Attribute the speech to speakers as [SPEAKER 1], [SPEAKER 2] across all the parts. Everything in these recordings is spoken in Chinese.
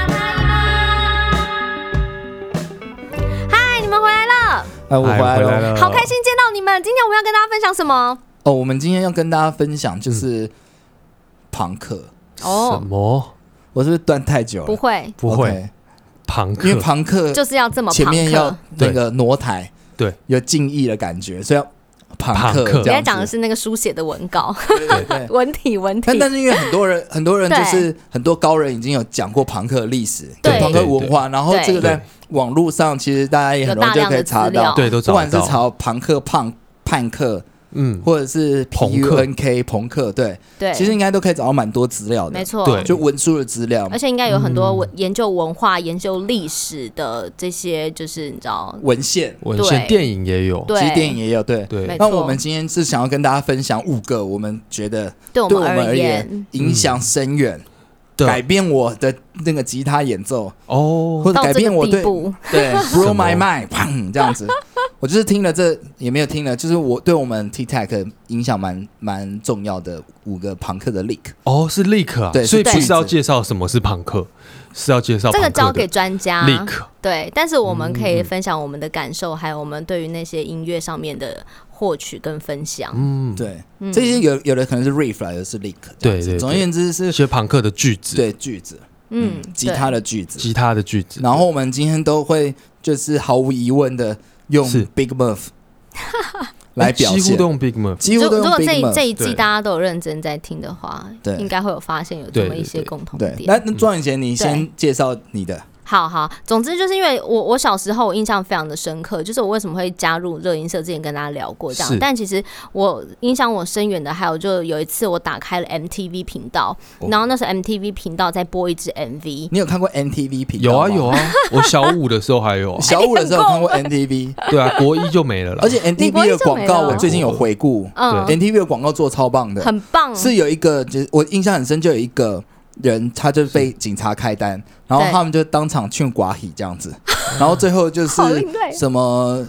[SPEAKER 1] 啊
[SPEAKER 2] 哎，我回来了。
[SPEAKER 1] 了
[SPEAKER 3] 好开心见到你们！今天我们要跟大家分享什么？
[SPEAKER 2] 哦，我们今天要跟大家分享
[SPEAKER 1] 嗯
[SPEAKER 2] 就是朋克，
[SPEAKER 1] 什
[SPEAKER 3] 哦，
[SPEAKER 1] 么？
[SPEAKER 2] 我是不是断太久
[SPEAKER 3] 不
[SPEAKER 2] 了？
[SPEAKER 3] 会，
[SPEAKER 1] 不会，
[SPEAKER 2] OK，
[SPEAKER 1] 朋克，
[SPEAKER 2] 因为朋克
[SPEAKER 3] 就是要这么
[SPEAKER 2] 前面要
[SPEAKER 3] 朋克
[SPEAKER 2] 那个挪台，
[SPEAKER 1] 对，
[SPEAKER 2] 有敬意的感觉，所以要朋
[SPEAKER 1] 朋克
[SPEAKER 2] 克
[SPEAKER 3] 人
[SPEAKER 2] 这
[SPEAKER 3] 家
[SPEAKER 2] 样
[SPEAKER 3] 讲的
[SPEAKER 2] 子。
[SPEAKER 3] 是那个书写的文稿，
[SPEAKER 2] 对对。
[SPEAKER 3] 文体文体
[SPEAKER 2] 但。但是因为很多人，很多人
[SPEAKER 3] 对
[SPEAKER 2] 就是很多高人已经有讲过朋克的历史、
[SPEAKER 3] 对
[SPEAKER 2] 朋克文化，然后
[SPEAKER 3] 对
[SPEAKER 2] 这个在网络上其实大家也很容易就可以查
[SPEAKER 3] 有大量的资料
[SPEAKER 2] 到，
[SPEAKER 1] 对都
[SPEAKER 2] 不
[SPEAKER 1] 找
[SPEAKER 2] 管
[SPEAKER 1] 得
[SPEAKER 2] 是查
[SPEAKER 1] 到。
[SPEAKER 2] 朋克、胖叛克，
[SPEAKER 1] 嗯，
[SPEAKER 2] 或者是 P
[SPEAKER 1] 朋
[SPEAKER 2] U
[SPEAKER 1] 克
[SPEAKER 2] N K 朋克，对，
[SPEAKER 3] 对，
[SPEAKER 2] 其实应该都可以找到蛮多资料的
[SPEAKER 3] 没，错，
[SPEAKER 1] 对
[SPEAKER 2] 就文书的资料
[SPEAKER 3] 而、且应该有很多文
[SPEAKER 2] 嗯
[SPEAKER 3] 研究文化、研究历史的这些，就是你知道，
[SPEAKER 2] 文献，
[SPEAKER 1] 文献
[SPEAKER 3] 对
[SPEAKER 1] 电影也有，
[SPEAKER 3] 对
[SPEAKER 2] 其实电影也有，对。
[SPEAKER 3] 没
[SPEAKER 1] 对
[SPEAKER 3] 错
[SPEAKER 2] 那我们今天是想要跟大家分享五个我们觉得
[SPEAKER 3] 对我
[SPEAKER 2] 对
[SPEAKER 3] 们
[SPEAKER 2] 我们而
[SPEAKER 3] 言嗯
[SPEAKER 2] 言，影响深远、改
[SPEAKER 1] 的
[SPEAKER 2] 变我的那个吉他演奏，
[SPEAKER 1] 哦，
[SPEAKER 2] 或者
[SPEAKER 3] 到
[SPEAKER 2] 改
[SPEAKER 3] 这
[SPEAKER 2] 变我
[SPEAKER 3] 个地
[SPEAKER 2] 对
[SPEAKER 3] 步，
[SPEAKER 2] 对 blow my
[SPEAKER 1] 什
[SPEAKER 2] mind，砰这 样子。我就是听了这也没有听了，就是我对我们 T Tech 影响蛮蛮重要的五个朋克的 leak。
[SPEAKER 1] 哦是 leak 啊，
[SPEAKER 2] 对
[SPEAKER 1] 所
[SPEAKER 3] 是
[SPEAKER 1] 以
[SPEAKER 3] 这
[SPEAKER 1] 不
[SPEAKER 3] 样
[SPEAKER 1] 是
[SPEAKER 2] 子
[SPEAKER 1] 要介绍什么是朋克，是要介绍
[SPEAKER 3] 这个
[SPEAKER 1] 朋克
[SPEAKER 3] 交
[SPEAKER 1] 的
[SPEAKER 3] 给专家。
[SPEAKER 1] leak。
[SPEAKER 3] 对，但是我们可
[SPEAKER 2] 嗯
[SPEAKER 3] 以分享我们的感受，还有我们对于那些音乐上面的获取跟分享。
[SPEAKER 1] 嗯，
[SPEAKER 2] 对，这些有有的可能是 riff 啦，有的是 leak 这样子。
[SPEAKER 1] 对对对
[SPEAKER 2] 总而言之
[SPEAKER 1] 一
[SPEAKER 2] 是
[SPEAKER 1] 些朋克的句子，，
[SPEAKER 2] 对句子，
[SPEAKER 3] 嗯，
[SPEAKER 2] 吉他
[SPEAKER 3] 对
[SPEAKER 2] 的句子。
[SPEAKER 1] 吉他的句子，
[SPEAKER 2] 然后我们今天都会就是毫无疑问的用
[SPEAKER 1] 是哎
[SPEAKER 2] Big Muff 来表
[SPEAKER 1] 几乎
[SPEAKER 2] 现
[SPEAKER 1] 都，用 Big Move，
[SPEAKER 2] 几乎
[SPEAKER 3] 如
[SPEAKER 2] 都
[SPEAKER 3] 如
[SPEAKER 2] 用
[SPEAKER 3] 果
[SPEAKER 2] Big
[SPEAKER 3] 这一这
[SPEAKER 2] Muff。
[SPEAKER 3] 一季
[SPEAKER 1] 对
[SPEAKER 3] 大家都有认真在听的话，
[SPEAKER 2] 对
[SPEAKER 3] 应该会有发现有这
[SPEAKER 1] 对
[SPEAKER 3] 么一
[SPEAKER 1] 对
[SPEAKER 3] 些
[SPEAKER 1] 对
[SPEAKER 3] 共同
[SPEAKER 2] 对，
[SPEAKER 3] 点。
[SPEAKER 2] 那
[SPEAKER 1] 嗯
[SPEAKER 2] 那庄宇杰，你先介绍你的
[SPEAKER 3] 好好，总之就是因为我我小时候我印象非常的深刻，就是我为什么会加入热音社，之前跟大家聊过这样
[SPEAKER 1] 是，
[SPEAKER 3] 但其实我影响我深远的还有就有一次我打开了 MTV 频道，
[SPEAKER 2] 哦
[SPEAKER 3] 然后那时候 MTV 频道在播一支 MV，
[SPEAKER 2] 你有看过 NTV 频
[SPEAKER 1] 有
[SPEAKER 2] 道
[SPEAKER 1] 啊
[SPEAKER 2] 吗
[SPEAKER 1] 有啊， 我小五的时候还有 啊，
[SPEAKER 2] 小五的时候有看过
[SPEAKER 3] 哎
[SPEAKER 2] NTV，
[SPEAKER 1] 对啊，国一就没了啦，
[SPEAKER 2] 而且
[SPEAKER 3] 你国
[SPEAKER 2] NTV
[SPEAKER 3] 一
[SPEAKER 2] 的
[SPEAKER 3] 就没
[SPEAKER 2] 广告
[SPEAKER 3] 了
[SPEAKER 2] 我最近有回顾
[SPEAKER 3] 嗯，
[SPEAKER 2] ，NTV 的广告做超棒的，
[SPEAKER 3] 很棒，
[SPEAKER 2] 是有一个就是我印象很深，就有一个人他就被警察开单，然后
[SPEAKER 3] 对
[SPEAKER 2] 他们就当场劝寡喜这样子，然后最后就是
[SPEAKER 3] 好哦另类
[SPEAKER 2] 什么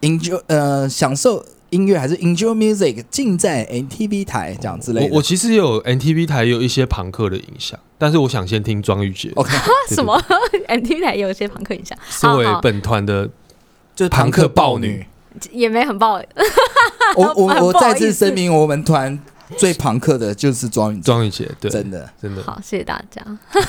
[SPEAKER 2] enjoy 呃享受音乐还是 enjoy music 尽在 NTV 台这样之类
[SPEAKER 1] 我
[SPEAKER 2] 的。
[SPEAKER 1] 我其实也有 NTV 台也有一些朋克的影响，但是我想先听庄玉杰，
[SPEAKER 2] OK，
[SPEAKER 1] 哦
[SPEAKER 3] 啊
[SPEAKER 1] 对
[SPEAKER 3] 什么 MTV 台也有一些朋克影响，
[SPEAKER 1] 身为
[SPEAKER 3] 好好
[SPEAKER 1] 本团的
[SPEAKER 2] 就是
[SPEAKER 1] 朋克
[SPEAKER 2] 暴
[SPEAKER 1] 暴女，
[SPEAKER 3] 也没很爆，
[SPEAKER 2] 我
[SPEAKER 3] 很
[SPEAKER 2] 我 我
[SPEAKER 3] 不好
[SPEAKER 2] 再
[SPEAKER 3] 意
[SPEAKER 2] 次
[SPEAKER 3] 思
[SPEAKER 2] 声明，我们团最朋克的就是庄宇哲，
[SPEAKER 1] 庄玉杰， 对，
[SPEAKER 2] 真的。
[SPEAKER 1] 真的
[SPEAKER 3] 好，谢谢大家，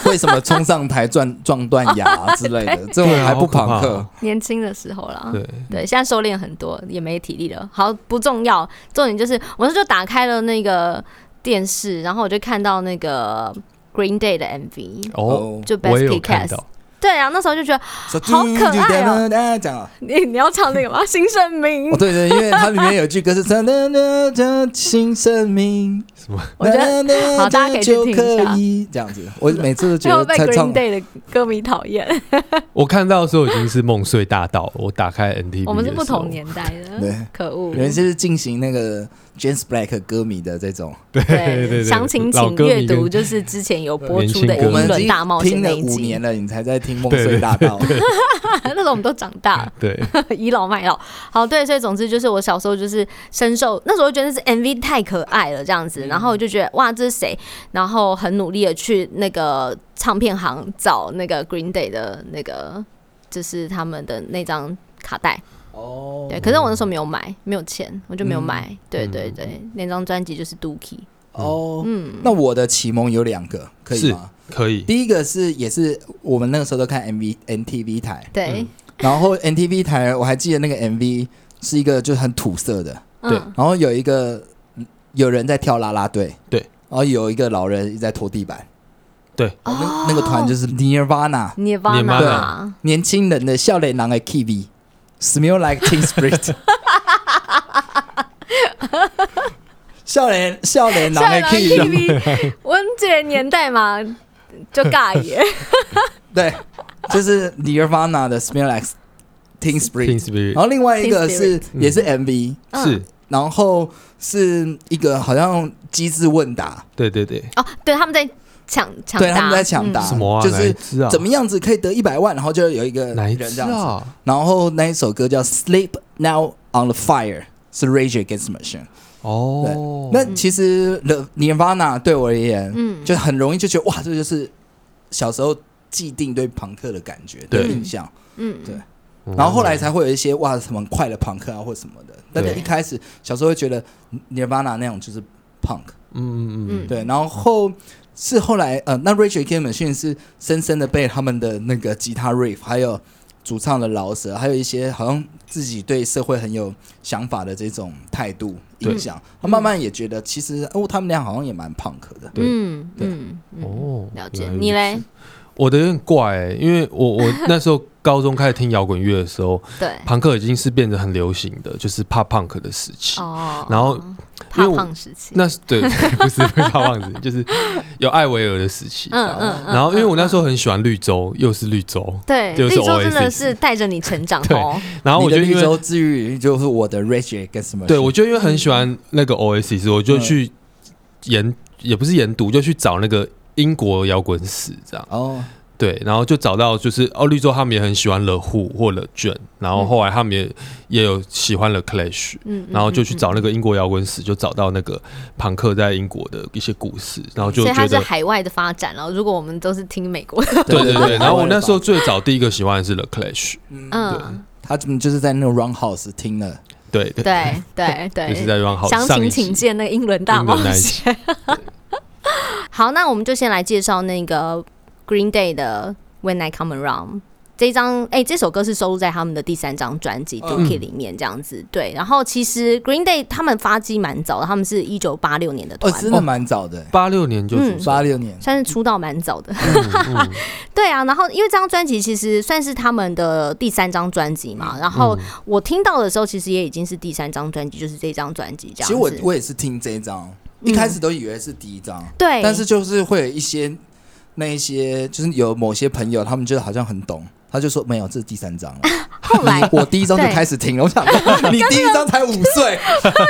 [SPEAKER 2] 为什么冲上台撞 撞断牙啊之类的，这种还不朋
[SPEAKER 1] 对
[SPEAKER 2] 克
[SPEAKER 1] 啊？
[SPEAKER 3] 年轻的时候啦，
[SPEAKER 1] 对，
[SPEAKER 3] 对，现在收敛很多，也没体力了。好，不重要，重点就是我那时候就打开了那个电视，然后我就看到那个 Green Day 的 MV，
[SPEAKER 1] 哦，
[SPEAKER 3] 就
[SPEAKER 1] 我也
[SPEAKER 3] Best
[SPEAKER 1] 有
[SPEAKER 3] Kick
[SPEAKER 1] 看
[SPEAKER 3] Cast
[SPEAKER 1] 到。，
[SPEAKER 3] 对啊，那时候就觉得
[SPEAKER 2] 好
[SPEAKER 3] 好可爱哦嗯
[SPEAKER 2] 讲啊
[SPEAKER 3] 你你要唱那个吗？新生命
[SPEAKER 2] 哦，，对对，因为它里面有一句歌是“哒哒哒哒新生命”，
[SPEAKER 1] 什么？
[SPEAKER 3] 我觉得
[SPEAKER 2] 得
[SPEAKER 3] 好大家可以去听一下
[SPEAKER 2] 这样子，我每次都觉
[SPEAKER 3] 就会被
[SPEAKER 2] 得他唱
[SPEAKER 3] Green Day 的歌迷讨 厌。
[SPEAKER 1] 我看到的时候已经是梦碎大道了，我打开 NTV，
[SPEAKER 3] 我们是
[SPEAKER 1] 的
[SPEAKER 3] 不
[SPEAKER 1] 时候
[SPEAKER 3] 同，年代
[SPEAKER 1] 哦
[SPEAKER 3] 的，
[SPEAKER 2] 对，
[SPEAKER 3] 可恶
[SPEAKER 2] 你。们就是进行那个 James Black 歌迷的这种，
[SPEAKER 1] 对对对，
[SPEAKER 3] 详情
[SPEAKER 1] 老
[SPEAKER 3] 请
[SPEAKER 1] 歌迷
[SPEAKER 3] 阅读，
[SPEAKER 1] 跟
[SPEAKER 3] 就是之前有播
[SPEAKER 1] 年
[SPEAKER 3] 出
[SPEAKER 1] 轻
[SPEAKER 3] 的《
[SPEAKER 1] 歌迷
[SPEAKER 3] 英
[SPEAKER 2] 我们已
[SPEAKER 3] 伦大
[SPEAKER 2] 经
[SPEAKER 3] 冒险》
[SPEAKER 2] 听
[SPEAKER 3] 那
[SPEAKER 2] 了
[SPEAKER 3] 一
[SPEAKER 2] 五
[SPEAKER 3] 集
[SPEAKER 2] 年。了，你才在听《梦
[SPEAKER 1] 对
[SPEAKER 2] 碎
[SPEAKER 1] 对
[SPEAKER 2] 大道》，
[SPEAKER 3] 那时候我们都长大了，
[SPEAKER 1] 对，
[SPEAKER 3] 倚老卖老。好，对，所以总之就是我小时候就是深受，那时候觉得是 MV 太可爱了这样
[SPEAKER 1] 嗯
[SPEAKER 3] 子，然后我就觉得哇，这是谁？然后很努力的去那个唱片行找那个 Green Day 的那个，就是他们的那张。卡带
[SPEAKER 2] 哦
[SPEAKER 3] 对，可是我那时候没有买，没有钱，我就没有买。对
[SPEAKER 1] 嗯
[SPEAKER 3] 对对，那张专辑就是 Dookie，
[SPEAKER 2] 哦，
[SPEAKER 3] 嗯
[SPEAKER 2] 那我的启蒙有两个，可以
[SPEAKER 1] 是
[SPEAKER 2] 吗？
[SPEAKER 1] 可以，
[SPEAKER 2] 第一个是也是我们那个时候都看 MV NTV 台，
[SPEAKER 3] 对，
[SPEAKER 2] 然后 NTV 台我还记得那个 MV 是一个就是很土色的，
[SPEAKER 1] 对
[SPEAKER 3] 嗯，
[SPEAKER 2] 然后有一个嗯有人在跳啦啦队，
[SPEAKER 1] 对
[SPEAKER 2] 然后有一个老人一直在拖地板，
[SPEAKER 1] 对
[SPEAKER 2] 哦，那那个团就是 Nirvana，
[SPEAKER 3] Nirvana，啊
[SPEAKER 1] Nirvana
[SPEAKER 2] 年轻人的笑脸狼的 KV。Smell like Teen Spirit，笑脸笑脸
[SPEAKER 3] 虽
[SPEAKER 2] 狼的
[SPEAKER 3] 然
[SPEAKER 2] KV，
[SPEAKER 3] TV，我们这个年代嘛，就尬耶。
[SPEAKER 2] 对，就是 Nirvana 的 Smell like Teen
[SPEAKER 1] Teen
[SPEAKER 2] Spirit。然
[SPEAKER 1] Spirit
[SPEAKER 2] 后另外一个
[SPEAKER 3] Teen
[SPEAKER 2] 是
[SPEAKER 1] Spirit
[SPEAKER 2] 也是 MV，
[SPEAKER 3] 嗯
[SPEAKER 1] 啊是，
[SPEAKER 2] 然后是一个好像机智问答，
[SPEAKER 1] 对对对，
[SPEAKER 3] 哦，对，他们在抢抢答，
[SPEAKER 2] 对，他们在抢答，
[SPEAKER 3] 嗯
[SPEAKER 1] 什么啊？
[SPEAKER 2] 就
[SPEAKER 1] 哪一
[SPEAKER 2] 是
[SPEAKER 1] 支啊？
[SPEAKER 2] 怎么样子可以得一百万，然后就有一个
[SPEAKER 1] 哪一
[SPEAKER 2] 人这
[SPEAKER 1] 支
[SPEAKER 2] 样子。
[SPEAKER 1] 啊？
[SPEAKER 2] 然后那一首歌叫《Sleep Now on the Fire》，是 Rage Against the Machine。
[SPEAKER 1] 哦，
[SPEAKER 2] 那其实 The Nirvana 对我而言，
[SPEAKER 3] 嗯
[SPEAKER 2] 就很容易就觉得哇，这就是小时候既定对朋克的感觉、
[SPEAKER 1] 对
[SPEAKER 2] 对印象。
[SPEAKER 3] 嗯，
[SPEAKER 2] 对然后后来才会有一些哇什么快乐朋克啊或什么的，但是
[SPEAKER 1] 对
[SPEAKER 2] 一开始小时候会觉得嗯 Nirvana 那种就是 punk，
[SPEAKER 1] 嗯嗯嗯，
[SPEAKER 3] 嗯
[SPEAKER 2] 对，然后是后来呃，那 Rage Against the Machine 是深深的被他们的那个吉他 riff，还有主唱的饶舌，还有一些好像自己对社会很有想法的这种态度影响，他慢慢也觉得其实哦，他们俩好像也蛮 punk 的，
[SPEAKER 1] 对
[SPEAKER 3] 嗯
[SPEAKER 2] 对
[SPEAKER 3] 嗯嗯，
[SPEAKER 1] 哦，
[SPEAKER 3] 了解。
[SPEAKER 1] 原来如
[SPEAKER 3] 你
[SPEAKER 1] 此
[SPEAKER 3] 嘞？
[SPEAKER 1] 我的有点怪、欸，因为 我我那时候高中开始听摇滚乐的时候，
[SPEAKER 3] 对，
[SPEAKER 1] 朋克已经是变得很流行的，就是怕 punk 的时期。
[SPEAKER 3] 哦，
[SPEAKER 1] 然后
[SPEAKER 3] 怕
[SPEAKER 1] 因为我
[SPEAKER 3] 胖时期，
[SPEAKER 1] 那是对， 不是不是怕胖子，就是有艾维尔的时期。
[SPEAKER 3] 嗯嗯嗯，
[SPEAKER 1] 呃然后因为我那时
[SPEAKER 3] 候
[SPEAKER 1] 候很喜欢绿洲，又是绿洲，
[SPEAKER 3] 对
[SPEAKER 1] 就是
[SPEAKER 3] 绿洲真的
[SPEAKER 1] Oasis
[SPEAKER 3] 是带着你成长
[SPEAKER 1] 对
[SPEAKER 3] 哦，
[SPEAKER 1] 然后我
[SPEAKER 2] 你
[SPEAKER 1] 就
[SPEAKER 2] 的
[SPEAKER 1] 因
[SPEAKER 2] 绿
[SPEAKER 1] 为
[SPEAKER 2] 洲之于就是我的 Rage Against the Machine，
[SPEAKER 1] 对我就因为很喜欢那个 Oasis，我
[SPEAKER 2] 嗯
[SPEAKER 1] 就去研也不是研读，就去找那个英国摇滚史这样。
[SPEAKER 2] 哦，
[SPEAKER 1] 对，然后就找到就是哦，绿洲他们也很喜欢了 Who 或了卷，然后后来他们也、也有喜欢了 Clash，
[SPEAKER 3] 嗯嗯，嗯
[SPEAKER 1] 然后就去
[SPEAKER 3] 嗯嗯
[SPEAKER 1] 找那个英国摇滚史，就找到那个朋克在英国的一些故事，然后就
[SPEAKER 3] 所以它是
[SPEAKER 1] 觉得
[SPEAKER 3] 海外的发展，然后如果我们都是听美国的，
[SPEAKER 1] 对对对。然后我那时候
[SPEAKER 2] 台湾的吧，
[SPEAKER 1] 最早第一个喜欢的是 The Clash，
[SPEAKER 3] 嗯，
[SPEAKER 2] 他怎么就是在那个 Run House 听了，
[SPEAKER 1] 对对，
[SPEAKER 3] 对对
[SPEAKER 1] 就
[SPEAKER 3] 对，
[SPEAKER 1] 是在 Run 好
[SPEAKER 3] 详
[SPEAKER 1] 上
[SPEAKER 3] 情
[SPEAKER 1] 一
[SPEAKER 3] 请
[SPEAKER 1] 集
[SPEAKER 3] 见嗯那个英伦大
[SPEAKER 1] 英
[SPEAKER 3] 冒
[SPEAKER 1] 伦那 一集
[SPEAKER 3] 险。好，那我们就先来介绍那个 Green Day 的《When I Come Around》。这一张哎、这首歌是收录在他们的第三张专辑《
[SPEAKER 2] 嗯
[SPEAKER 3] Dookie》里面，这样子、对。然后其实 Green Day 他们发迹蛮早的，他们是一九八六年的
[SPEAKER 2] 哦，
[SPEAKER 3] 团，
[SPEAKER 2] 真的蛮早的，
[SPEAKER 1] 八六年就
[SPEAKER 3] 嗯
[SPEAKER 1] 组
[SPEAKER 2] 八
[SPEAKER 1] 成
[SPEAKER 2] 六年，
[SPEAKER 3] 算是出道蛮早的。
[SPEAKER 1] 嗯嗯
[SPEAKER 3] 对啊，然后因为这张专辑其实算是他们的第三张专辑
[SPEAKER 2] 嗯
[SPEAKER 3] 嘛，然后我听到的时候其实也已经是第三张专辑，就是这张专辑这
[SPEAKER 2] 其
[SPEAKER 3] 样
[SPEAKER 2] 实我
[SPEAKER 3] 子。
[SPEAKER 2] 我也是听这一张，
[SPEAKER 3] 嗯
[SPEAKER 2] 一开始都以为是第一张，
[SPEAKER 3] 对，
[SPEAKER 2] 但是就是会有一些那一些，就是有某些朋友，他们就好像很懂，他就说没有，这是第三张了。
[SPEAKER 3] 后来
[SPEAKER 2] 我第一张就开始听了，我想说你第一张才五岁，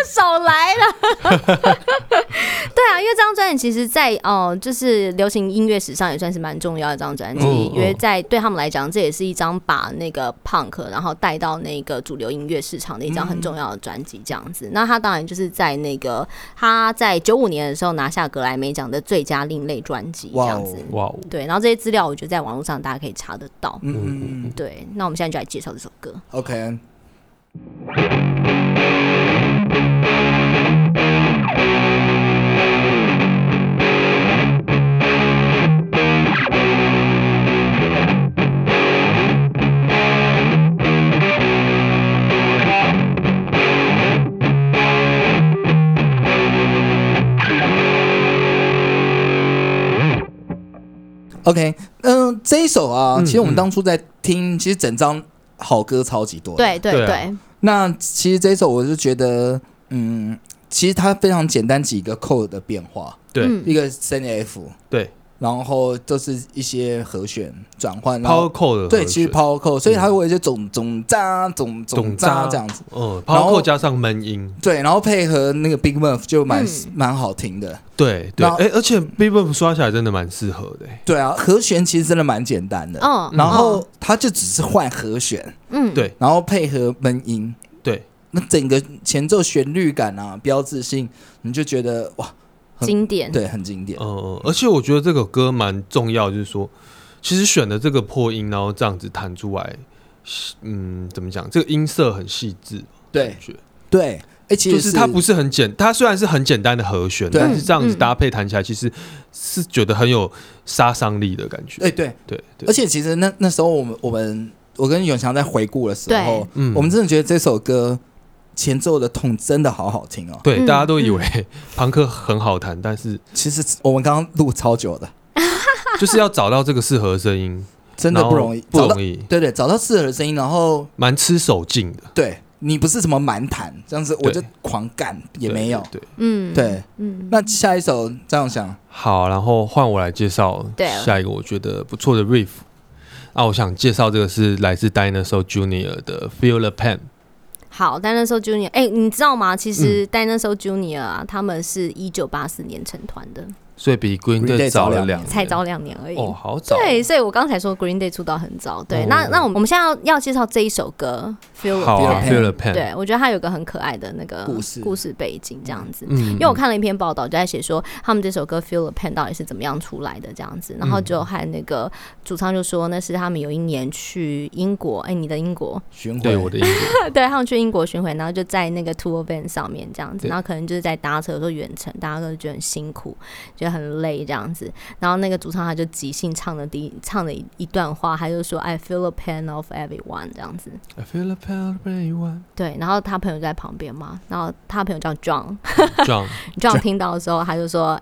[SPEAKER 3] 少来了。对啊，因为这张专辑其实在，呃，就是流行音乐史上也算是蛮重要的一张专辑，
[SPEAKER 1] 嗯
[SPEAKER 3] 因为在对他们来讲，这也是一张把那个 punk 然后带到那个主流音乐市场的一张很重要的专辑，这样子。那他当然就是在那个他在九五年的时候拿下格莱美奖的最佳另类专辑，这样子。
[SPEAKER 1] 哇哦，
[SPEAKER 3] 对，然后这些资料我觉得在网络上大家可以查得到。
[SPEAKER 2] 嗯嗯嗯
[SPEAKER 3] 对，那我们现在就来介绍这首歌。
[SPEAKER 2] ，OK。OK，嗯、这一首啊，
[SPEAKER 1] 嗯
[SPEAKER 2] 其实我们当初在听，其实整张好歌超级多。，
[SPEAKER 3] 对对
[SPEAKER 1] 对啊
[SPEAKER 3] 对，
[SPEAKER 2] 那其实这一首我就觉得，嗯，其实它非常简单几个扣的变化，
[SPEAKER 1] 对
[SPEAKER 3] 嗯
[SPEAKER 2] 一个升 F，
[SPEAKER 1] 对
[SPEAKER 2] 然后就是一些和弦转换，然后
[SPEAKER 1] ，Power Code 的
[SPEAKER 2] 对，
[SPEAKER 1] 和
[SPEAKER 2] 其实
[SPEAKER 1] 弦嗯
[SPEAKER 2] power chord，所以它会有一些总总扎、总总
[SPEAKER 1] 总
[SPEAKER 2] 扎
[SPEAKER 1] 扎
[SPEAKER 2] 这样子。
[SPEAKER 1] 嗯
[SPEAKER 2] 然后
[SPEAKER 1] ，Power Code 加上闷音，
[SPEAKER 2] 对，然后配合那个 Big Muff 就蛮
[SPEAKER 3] 嗯
[SPEAKER 2] 蛮好听的。
[SPEAKER 1] 对对，
[SPEAKER 2] 然后
[SPEAKER 1] 哎，而且 b i b o p 刷起来真的蛮适合的欸，
[SPEAKER 2] 对啊，和弦其实真的蛮简单的。
[SPEAKER 3] 嗯
[SPEAKER 2] 然后它就只是换和弦，
[SPEAKER 3] 嗯，
[SPEAKER 1] 对
[SPEAKER 2] 然后配合闷音，
[SPEAKER 1] 对，
[SPEAKER 2] 那整个前奏旋律感啊、标志性，你就觉得哇，很
[SPEAKER 3] 经典，
[SPEAKER 2] 对，很经典。
[SPEAKER 1] 嗯，而且我觉得这个歌蛮重要，就是说，其实选的这个破音，然后这样子弹出来，嗯，怎么讲？这个音色很细致，
[SPEAKER 2] 对
[SPEAKER 1] 感觉
[SPEAKER 2] 对，哎，其
[SPEAKER 1] 就
[SPEAKER 2] 实
[SPEAKER 1] 是它不是很简，它虽然是很简单的和弦，
[SPEAKER 2] 对
[SPEAKER 1] 但是这样子
[SPEAKER 3] 嗯
[SPEAKER 1] 搭配弹起来，其实是觉得很有杀伤力的感觉。
[SPEAKER 2] 哎对，
[SPEAKER 1] 对对，
[SPEAKER 2] 而且其实那那时候我们我们我跟永强在回顾的时候
[SPEAKER 3] 对，
[SPEAKER 1] 嗯
[SPEAKER 2] 我们真的觉得这首歌前奏的痛真的好好听哦。
[SPEAKER 1] 对
[SPEAKER 3] 嗯
[SPEAKER 1] 大家都以为朋克很好弹，但 是
[SPEAKER 2] 其实我们刚刚录超久的，
[SPEAKER 1] 就是要找到这个适合的声音，
[SPEAKER 2] 真的不容易，
[SPEAKER 1] 然后不
[SPEAKER 2] 找到
[SPEAKER 1] 容易，
[SPEAKER 2] 对对，找到适合的声音，然后
[SPEAKER 1] 蛮吃手劲的，
[SPEAKER 2] 对你不是什么满弹这样子，我
[SPEAKER 1] 对
[SPEAKER 2] 就狂干也
[SPEAKER 1] 对
[SPEAKER 2] 没有。
[SPEAKER 1] 对。对
[SPEAKER 3] 嗯，
[SPEAKER 2] 对，
[SPEAKER 3] 嗯，
[SPEAKER 2] 那下一首这样想，
[SPEAKER 1] 好，然后换我来介绍
[SPEAKER 3] 对啊
[SPEAKER 1] 下一个我觉得不错的 riff。啊，我想介绍这个是来自 Dinosaur Junior 的 Feel the Pain。
[SPEAKER 3] 好，Dinosaur
[SPEAKER 1] 嗯
[SPEAKER 3] Junior，哎、你知道吗？其实 Dinosaur Junior 啊，他们是一九八四年成团的，
[SPEAKER 1] 所以比 Green
[SPEAKER 2] Green Day
[SPEAKER 1] Day
[SPEAKER 2] 早
[SPEAKER 1] 早了
[SPEAKER 2] 两
[SPEAKER 1] 两年，
[SPEAKER 3] 才早两年而已。
[SPEAKER 1] 嗯哦，好早，
[SPEAKER 3] 对，所以我刚才说 Green Day 出道很早。对，
[SPEAKER 1] 哦
[SPEAKER 3] 那那我们我们现在要要介绍这一首歌《Feel》
[SPEAKER 1] 好
[SPEAKER 2] Feel
[SPEAKER 1] 啊
[SPEAKER 2] the
[SPEAKER 1] ，Feel the Pain，
[SPEAKER 3] 对，我觉得它有个很可爱的那个
[SPEAKER 2] 故事
[SPEAKER 3] 故事背景这样子。
[SPEAKER 1] 嗯，
[SPEAKER 3] 因为我看了一篇报道，就在写说他们这首歌《Feel the Pain》到底是怎么样出来的这样子，然后就还那个主唱就说那是他们有一年去英国，哎、你的英国，
[SPEAKER 2] 巡回
[SPEAKER 1] 对我的英国，
[SPEAKER 3] 对他们去英国巡回，然后就在那个 tour van 上面这样子，
[SPEAKER 1] 对
[SPEAKER 3] 然后可能就是在搭车的时候远程，大家都觉得很辛苦，觉得很累这样子。然后那个主唱他就即兴唱的第一唱的一一段话，他就说 I feel the pain of everyone 这样子。
[SPEAKER 1] I feel the pain of everyone
[SPEAKER 3] 对，然后他朋友在旁边嘛，然后他朋友叫 John，
[SPEAKER 1] John，
[SPEAKER 3] John 听到的时候，他就说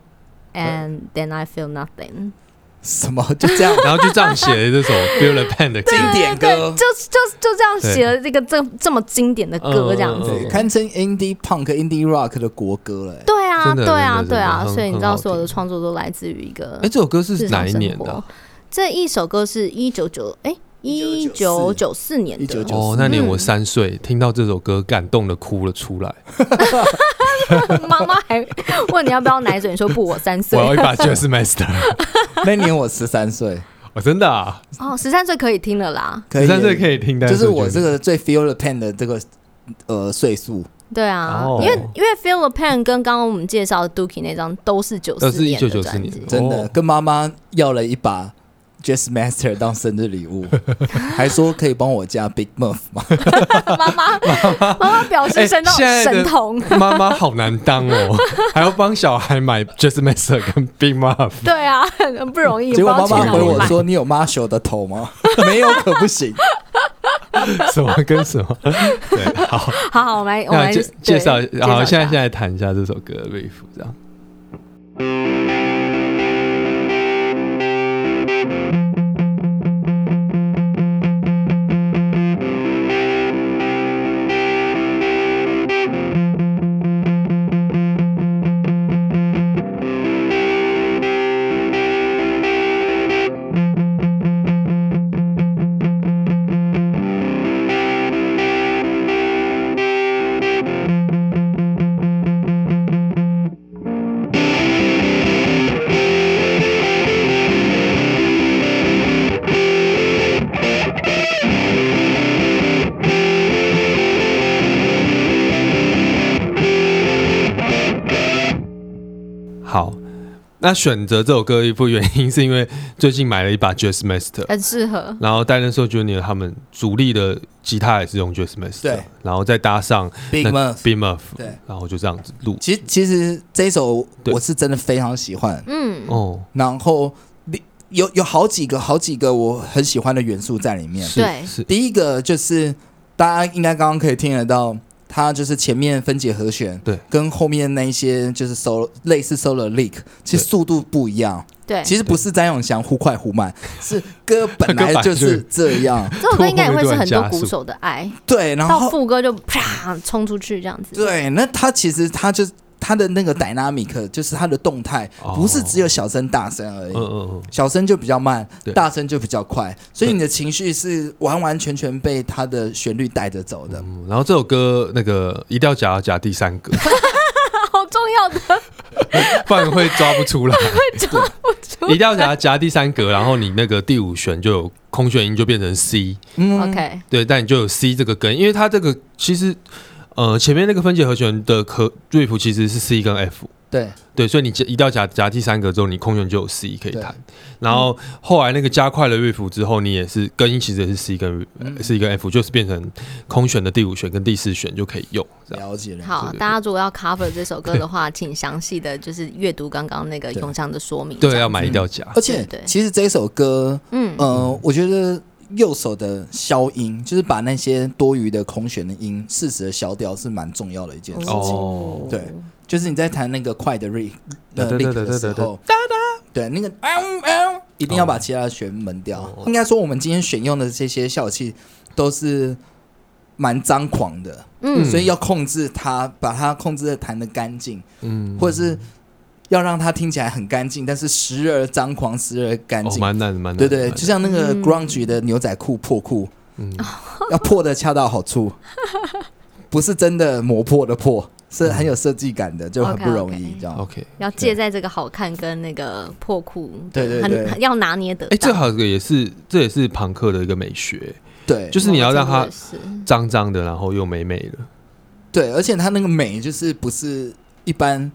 [SPEAKER 3] ，And then I feel nothing，
[SPEAKER 2] 什么就这样
[SPEAKER 1] 然后就这样写了这首 Feel the Pain 的歌
[SPEAKER 2] 经，典歌，
[SPEAKER 3] 就就就这样写了这个这这么经典的歌，
[SPEAKER 1] 嗯
[SPEAKER 3] 这样
[SPEAKER 1] 嗯
[SPEAKER 3] 子。
[SPEAKER 2] 对，堪称 indie punk、indie rock 的国歌了、欸。
[SPEAKER 3] 对啊，
[SPEAKER 1] 真的
[SPEAKER 3] 对啊，
[SPEAKER 1] 真的
[SPEAKER 3] 对啊，
[SPEAKER 1] 真的
[SPEAKER 3] 所以你知道
[SPEAKER 1] 很好听
[SPEAKER 3] 所有的创作都来自于一个
[SPEAKER 1] 哎，这首歌
[SPEAKER 3] 日
[SPEAKER 1] 是
[SPEAKER 3] 常
[SPEAKER 1] 哪一
[SPEAKER 3] 生
[SPEAKER 1] 年的
[SPEAKER 3] 活
[SPEAKER 1] 啊？。
[SPEAKER 3] 这一首歌是一九九哎一九
[SPEAKER 2] 1994
[SPEAKER 3] 九四年的，
[SPEAKER 2] 1994
[SPEAKER 1] 哦，那年我三岁，听到这首歌感动的哭了出来，
[SPEAKER 3] 妈妈还问你要不要奶嘴，你说不，我三
[SPEAKER 1] 我
[SPEAKER 3] 岁。
[SPEAKER 1] 要一把 Jazz Master，
[SPEAKER 2] 那年我十三岁，
[SPEAKER 1] 哦，真的啊，
[SPEAKER 3] 哦，十三岁可以听了啦，
[SPEAKER 2] 可
[SPEAKER 1] 十
[SPEAKER 2] 以，
[SPEAKER 1] 三岁可以听，但
[SPEAKER 2] 就是我
[SPEAKER 1] 觉
[SPEAKER 2] 这
[SPEAKER 1] 得
[SPEAKER 2] 个最 feel the pain 的这个呃岁数，
[SPEAKER 3] 对啊，
[SPEAKER 1] 哦
[SPEAKER 3] 因为因为 Feel the Pain 跟刚刚我们介绍的 Dookie 那张都是九
[SPEAKER 1] 都
[SPEAKER 3] 四
[SPEAKER 1] 是
[SPEAKER 3] 年的
[SPEAKER 1] 1994
[SPEAKER 3] 专
[SPEAKER 1] 年
[SPEAKER 3] 辑，
[SPEAKER 2] 真的、
[SPEAKER 1] 哦
[SPEAKER 2] 跟妈妈要了一把 Jazz Master 当生日礼 物，还说可以帮我加 Big Muff 吗？
[SPEAKER 3] 妈 妈，妈妈表示神到
[SPEAKER 1] 哎现在的
[SPEAKER 3] 神童。
[SPEAKER 1] 妈妈好难 当哦，还要帮小孩买 Jazz Master 跟 Big Muff，
[SPEAKER 3] 对啊，很不容易。
[SPEAKER 2] 结果
[SPEAKER 3] 不
[SPEAKER 2] 妈
[SPEAKER 3] 知道去
[SPEAKER 2] 妈
[SPEAKER 3] 哪里
[SPEAKER 2] 回我
[SPEAKER 3] 买
[SPEAKER 2] 说：“你有 Marshall 的头吗？” 没有可不 行。
[SPEAKER 1] 什么跟什 么，对，好，：“
[SPEAKER 3] 好好，我们来，我们
[SPEAKER 1] 那
[SPEAKER 3] 来
[SPEAKER 1] 介
[SPEAKER 3] 对
[SPEAKER 1] 介绍，好，
[SPEAKER 3] 一
[SPEAKER 1] 现在现
[SPEAKER 3] 下
[SPEAKER 1] 在谈一下这首歌的 riff，这样，好。那选择这首歌的一部原因是因为最近买了一把 Jazz Master，
[SPEAKER 3] 很适合。
[SPEAKER 1] 然后戴任寿 Junior 他们主力的吉他也是用 Jazz Master，
[SPEAKER 2] 对
[SPEAKER 1] 然后再搭上
[SPEAKER 2] Big
[SPEAKER 1] 那
[SPEAKER 2] Muff，
[SPEAKER 1] Beam of，
[SPEAKER 2] 对，
[SPEAKER 1] 然后就这样子录。
[SPEAKER 2] 其实其实这一首
[SPEAKER 1] 对
[SPEAKER 2] 我是真的非常喜欢，
[SPEAKER 3] 嗯，
[SPEAKER 1] 哦，
[SPEAKER 2] 然后里有有好几个好几个我很喜欢的元素在里面。
[SPEAKER 1] 是
[SPEAKER 3] 对
[SPEAKER 1] 是，
[SPEAKER 2] 第一个就是大家应该刚刚可以听得到，它就是前面分解和弦，
[SPEAKER 1] 对，
[SPEAKER 2] 跟后面那一些就是 solo 类似 solo lick，其实
[SPEAKER 1] 对
[SPEAKER 2] 速度不一样。
[SPEAKER 3] 对。
[SPEAKER 2] 其实不是张永祥忽快忽慢，是歌本
[SPEAKER 1] 歌
[SPEAKER 2] 来
[SPEAKER 1] 本
[SPEAKER 2] 就
[SPEAKER 1] 来就是
[SPEAKER 2] 是这 样。
[SPEAKER 3] 这首歌应该也会是很多
[SPEAKER 1] 突然加速
[SPEAKER 3] 鼓手的爱，
[SPEAKER 2] 对，然
[SPEAKER 3] 到
[SPEAKER 2] 后
[SPEAKER 3] 副歌就啪冲出去这样子。
[SPEAKER 2] 对，那他其实他就他的那个 dynamic 就是他的动态，
[SPEAKER 1] 哦
[SPEAKER 2] 不是只有小声大声而已。
[SPEAKER 1] 嗯嗯
[SPEAKER 2] 小声就比较慢，
[SPEAKER 1] 对
[SPEAKER 2] 大声就比较快，所以你的情绪是完完全全被它的旋律带着走的。
[SPEAKER 1] 嗯。然后这首歌那个一定要夹夹第三个，
[SPEAKER 3] 好重要的，
[SPEAKER 1] 不然会抓不出来。
[SPEAKER 3] 出
[SPEAKER 1] 一定要夹夹第三格，然后你那个第五弦就有空弦音就变成 C，
[SPEAKER 2] 嗯
[SPEAKER 3] OK，
[SPEAKER 1] 对，但你就有 C 这个根，因为它这个其实呃前面那个分解和弦的和 riff 其实是 C 跟 F，
[SPEAKER 2] 对，
[SPEAKER 1] 对，所以你一定要夹夹第三格之后，你空弦就有 C 可以
[SPEAKER 2] 对
[SPEAKER 1] 弹。然后后来那个加快了 riff 之后，你也是根音其实也是 C 跟呃
[SPEAKER 2] 嗯
[SPEAKER 1] C 跟 F，就是变成空弦的第五弦跟第四弦就可以用。这样
[SPEAKER 2] 了解了解。
[SPEAKER 3] 好，
[SPEAKER 1] 对
[SPEAKER 3] 大家如果要 cover 这首歌的话，请详细的就是阅读刚刚那个
[SPEAKER 2] 对
[SPEAKER 3] 永强的说明。这
[SPEAKER 1] 对，
[SPEAKER 3] 样
[SPEAKER 1] 要买一定要夹。
[SPEAKER 2] 而且
[SPEAKER 3] 对对
[SPEAKER 2] 其实这首歌，
[SPEAKER 3] 嗯，
[SPEAKER 2] 呃，我觉得右手的消音，就是把那些多余的空弦的音适时的消掉，是蛮重要的一件事情。
[SPEAKER 1] 哦
[SPEAKER 2] 对，就是你在弹那个快的 riff 的
[SPEAKER 1] 对对
[SPEAKER 2] lick
[SPEAKER 1] 对
[SPEAKER 2] 的
[SPEAKER 1] 对
[SPEAKER 2] 时
[SPEAKER 1] 对对
[SPEAKER 2] 候，对那个嗷嗷一定要把其他的弦门掉
[SPEAKER 1] 哦。
[SPEAKER 2] 应该说，我们今天选用的这些效器都是蛮张狂的，
[SPEAKER 3] 嗯
[SPEAKER 2] 所以要控制它，把它控制的弹的干净，
[SPEAKER 1] 嗯，
[SPEAKER 2] 或者是要让它听起来很干净，但是时而张狂，时而干
[SPEAKER 1] 哦，
[SPEAKER 2] 净。
[SPEAKER 1] 蛮难的蛮难
[SPEAKER 2] 对
[SPEAKER 1] 的。
[SPEAKER 2] 对，
[SPEAKER 1] 蛮
[SPEAKER 2] 就哦像那个
[SPEAKER 3] 嗯
[SPEAKER 2] grunge 的牛仔裤破裤，
[SPEAKER 1] 难的嗯，
[SPEAKER 2] 要破的恰到好处，不是真的磨破的破，是很有设计感的，就很不容易
[SPEAKER 3] 哦 OK，OK
[SPEAKER 2] 这样。
[SPEAKER 1] OK，
[SPEAKER 3] 要借在这个好看跟那个破裤，
[SPEAKER 2] 对对对
[SPEAKER 3] 很很要拿捏得
[SPEAKER 1] 哎，这
[SPEAKER 3] 当。
[SPEAKER 1] 好像也是这也是朋克的一个美学，
[SPEAKER 2] 对，
[SPEAKER 1] 就是你要让
[SPEAKER 3] 我
[SPEAKER 1] 它
[SPEAKER 3] 真的是
[SPEAKER 1] 脏脏的，然后又美美的。
[SPEAKER 2] 对，而且它那个美就是不是一般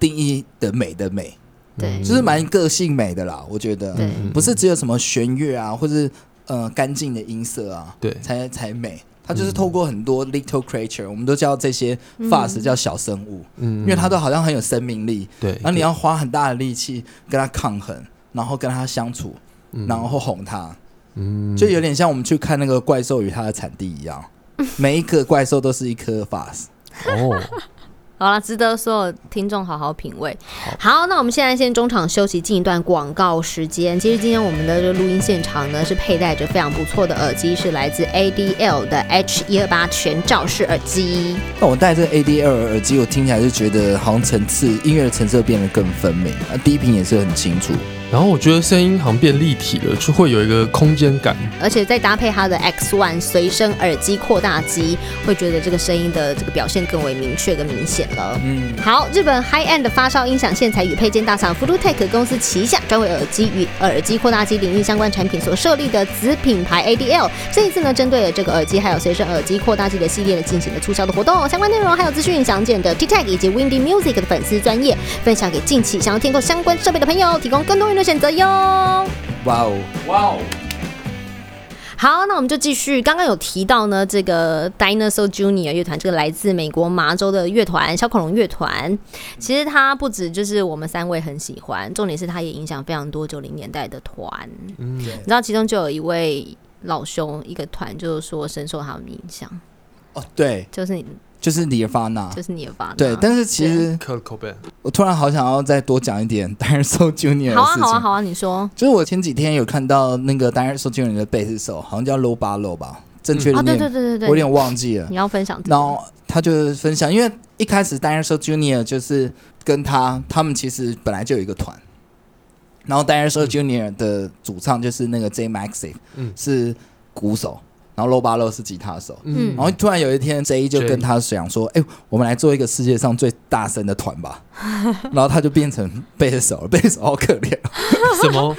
[SPEAKER 2] 定义的美的美，
[SPEAKER 3] 对
[SPEAKER 1] 嗯
[SPEAKER 2] 就是蛮个性美的啦，我觉得。
[SPEAKER 3] 对
[SPEAKER 1] 嗯
[SPEAKER 2] 不是只有什么弦乐啊，或是呃干净的音色啊，
[SPEAKER 1] 对
[SPEAKER 2] 才才美。它就是透过很多 little creature，、我们都叫这些
[SPEAKER 3] 嗯
[SPEAKER 2] fast 叫小生物，
[SPEAKER 1] 嗯
[SPEAKER 2] 因为它都好像很有生命力，
[SPEAKER 1] 对，
[SPEAKER 2] 然后你
[SPEAKER 1] 对
[SPEAKER 2] 要花很大的力气跟它抗衡，然后跟它相处，
[SPEAKER 1] 嗯
[SPEAKER 2] 然后哄它，
[SPEAKER 1] 嗯
[SPEAKER 2] 就有点像我们去看那个怪兽与它的产地一样， 每一个怪兽都是一颗 fast。
[SPEAKER 1] 哦，
[SPEAKER 3] 好了，值得所有听众好好品味。好，那我们现在先中场休息，进一段广告时间。其实今天我们的这个录音现场呢，是佩戴着非常不错的耳机，是来自 ADL 的 H 一二八全罩式耳机。
[SPEAKER 2] 那我戴这个 ADL 耳机，我听起来就觉得好像层次音乐的层次变得更分明，啊，低频也是很清楚。
[SPEAKER 1] 然后我觉得声音好像变立体了，就会有一个空间感。
[SPEAKER 3] 而且再搭配它的 X One 随身耳机扩大机，会觉得这个声音的这个表现更为明确跟明显了。
[SPEAKER 2] 嗯，
[SPEAKER 3] 好，日本 High End 发烧音响线材与配件大厂 f l u t e c h 公司旗下专为耳机与耳机扩大机领域相关产品所设立的子品牌 ADL，这一次呢，针对了这个耳机还有随身耳机扩大机的系列呢，进行了促销的活动。相关内容还有资讯详见的 TikTok 以及 Windy Music 的粉丝专业分享给近期想要添购相关设备的朋友，提供更多元的选择哟。
[SPEAKER 2] 哇哦，
[SPEAKER 3] 好，那我们就继续。刚刚有提到呢，这个 Dinosaur Junior 乐团，这个来自美国麻州的乐团小恐龙乐团。其实它不止就是我们三位很喜欢，重点是它也影响非常多九零年代的团。
[SPEAKER 1] 嗯，
[SPEAKER 3] 你知道，其中就有一位老兄，一个团就是说深受他们影响，
[SPEAKER 2] 哦，对，
[SPEAKER 3] 就是你，
[SPEAKER 2] 就是尼尔发那。
[SPEAKER 3] 就是你的爸爸。
[SPEAKER 2] 啊对，但是其实
[SPEAKER 1] Kurt Cobain，
[SPEAKER 2] 我突然好想要再多讲一点 Dinosaur Junior
[SPEAKER 3] 好
[SPEAKER 2] 的
[SPEAKER 3] 啊，
[SPEAKER 2] 事情。
[SPEAKER 3] 好啊，好啊，你说。
[SPEAKER 2] 就是我前几天有看到那个 Dinosaur Junior 的贝斯手，好像叫 Low 巴 Low 吧，正确
[SPEAKER 3] 啊，对
[SPEAKER 2] 的
[SPEAKER 3] 对
[SPEAKER 2] 念、
[SPEAKER 3] 对
[SPEAKER 2] 我有
[SPEAKER 3] 对对，
[SPEAKER 2] 点忘记了。
[SPEAKER 3] 你要分享这个。
[SPEAKER 2] 然后他就是分享，因为一开始 Dinosaur Junior 就是跟他他们其实本来就有一个团，然后 Dinosaur Junior 的主唱就是那个 J Maxi，
[SPEAKER 1] 嗯
[SPEAKER 2] 是鼓手，然后 Low 巴 Low 是吉他手。
[SPEAKER 3] 嗯
[SPEAKER 2] 然后突然有一天，J 就
[SPEAKER 1] J
[SPEAKER 2] 跟他讲说：“哎、我们来做一个世界上最大声的团吧。”然后他就变成贝斯手了，贝斯手好可怜。哦
[SPEAKER 1] 什么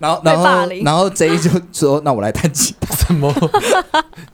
[SPEAKER 2] 然后，
[SPEAKER 3] 被
[SPEAKER 2] 然
[SPEAKER 3] 霸
[SPEAKER 2] 后，
[SPEAKER 3] 凌
[SPEAKER 2] 然后 J 就说：“那我来弹吉 他，
[SPEAKER 1] 什么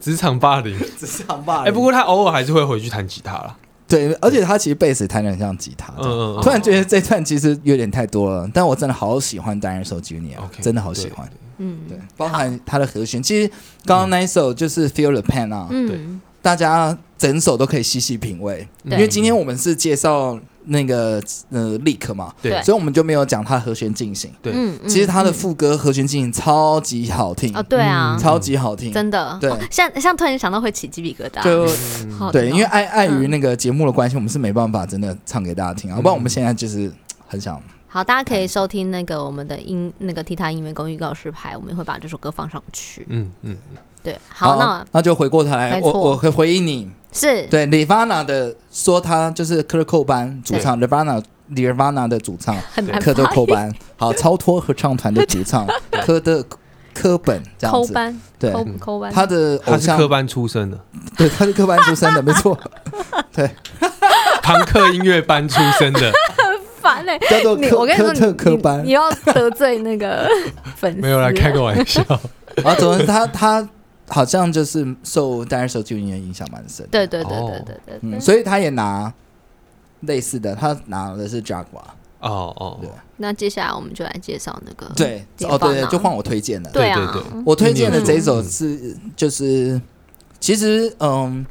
[SPEAKER 1] 职场霸凌？
[SPEAKER 2] 只是好吧。”
[SPEAKER 1] 哎，不过他偶尔还是会回去弹吉他啦。
[SPEAKER 2] 对，而且他其实贝斯弹的很像吉他。
[SPEAKER 1] 嗯嗯
[SPEAKER 2] 突然觉得这段其实有点太多了，但我真的好喜欢《单人手 Junior》
[SPEAKER 1] ，OK，
[SPEAKER 2] 真的好喜欢。
[SPEAKER 3] 嗯
[SPEAKER 2] 对，包含它的和弦，其实刚刚那一首就是《Feel the Pain》啊，
[SPEAKER 3] 嗯，
[SPEAKER 2] 大家整首都可以细细品味。
[SPEAKER 1] 对，
[SPEAKER 2] 因
[SPEAKER 1] 因
[SPEAKER 2] 为今天我们是介绍那个呃 Leak 嘛，
[SPEAKER 1] 对
[SPEAKER 2] 所以我们就没有讲它的和弦进行。
[SPEAKER 1] 对
[SPEAKER 3] 嗯，嗯
[SPEAKER 2] 其实它的副歌和弦进行超级好听
[SPEAKER 3] 嗯，哦，对啊
[SPEAKER 1] 嗯，
[SPEAKER 2] 超级好听。
[SPEAKER 3] 真的，
[SPEAKER 2] 对
[SPEAKER 3] 哦像像突然想到会起鸡皮疙瘩，
[SPEAKER 2] 就
[SPEAKER 1] 嗯
[SPEAKER 3] 好
[SPEAKER 2] 对，因为
[SPEAKER 3] 哦
[SPEAKER 2] 碍碍于那个节目的关系，我们是没办法真的唱给大家听
[SPEAKER 3] 嗯
[SPEAKER 2] 啊，不然我们现在就是很想
[SPEAKER 3] 好，大家可以收听那个我们的音那个 T 他音乐公寓告示牌，我们也会把这首歌放上去。
[SPEAKER 1] 嗯嗯，
[SPEAKER 3] 对，好，那
[SPEAKER 2] 那就回过头来，
[SPEAKER 3] 没
[SPEAKER 2] 我
[SPEAKER 3] 错
[SPEAKER 2] 我会回应你。
[SPEAKER 3] 是
[SPEAKER 2] 对 Nirvana 的说他就是 Kurt Cobain 主唱，Nirvana Nirvana 的主唱
[SPEAKER 3] 很难
[SPEAKER 2] Kurt
[SPEAKER 3] 发音
[SPEAKER 2] Cobain，好，超脱合唱团的主 唱科的科本这样
[SPEAKER 3] 抠
[SPEAKER 2] 子，
[SPEAKER 3] 班
[SPEAKER 2] 对，
[SPEAKER 3] 抠抠班，
[SPEAKER 2] 他的偶
[SPEAKER 1] 他是
[SPEAKER 2] 像
[SPEAKER 1] 科，班出 身的，
[SPEAKER 2] 对，他是科班出身的，没 错，对，
[SPEAKER 1] 朋克音乐班出身的，
[SPEAKER 3] 烦嘞。
[SPEAKER 2] 叫做
[SPEAKER 3] 你
[SPEAKER 2] 科
[SPEAKER 3] 我跟你
[SPEAKER 2] 科特
[SPEAKER 3] 说，
[SPEAKER 2] 科
[SPEAKER 3] 你你
[SPEAKER 2] 班
[SPEAKER 3] 你。要得罪那 个粉丝，
[SPEAKER 1] 没有啦，开个玩笑。
[SPEAKER 2] 然后啊总之他他好像就是受 Dinosaur Junior 影响蛮深，
[SPEAKER 3] 对对对
[SPEAKER 1] 哦
[SPEAKER 3] 对对对对
[SPEAKER 2] 嗯，。所以他也拿类似的，他拿的是 Jaguar，
[SPEAKER 1] 哦哦，
[SPEAKER 3] 那接下来我们就来介绍那个
[SPEAKER 2] 对，
[SPEAKER 3] 解
[SPEAKER 2] 哦
[SPEAKER 3] 放
[SPEAKER 2] 对对，
[SPEAKER 3] 啊
[SPEAKER 2] 就换我推荐了，
[SPEAKER 3] 对
[SPEAKER 1] 对
[SPEAKER 3] 啊
[SPEAKER 1] 对，对
[SPEAKER 2] 我推荐
[SPEAKER 1] 嗯
[SPEAKER 2] 的这一首是就是，其实嗯，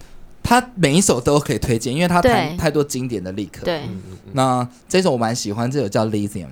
[SPEAKER 2] 他每一首都可以推荐，因为他
[SPEAKER 3] 对
[SPEAKER 2] 弹太多经典的立刻。，
[SPEAKER 3] 对。
[SPEAKER 2] 那这首我蛮喜欢，这首叫《Lithium》。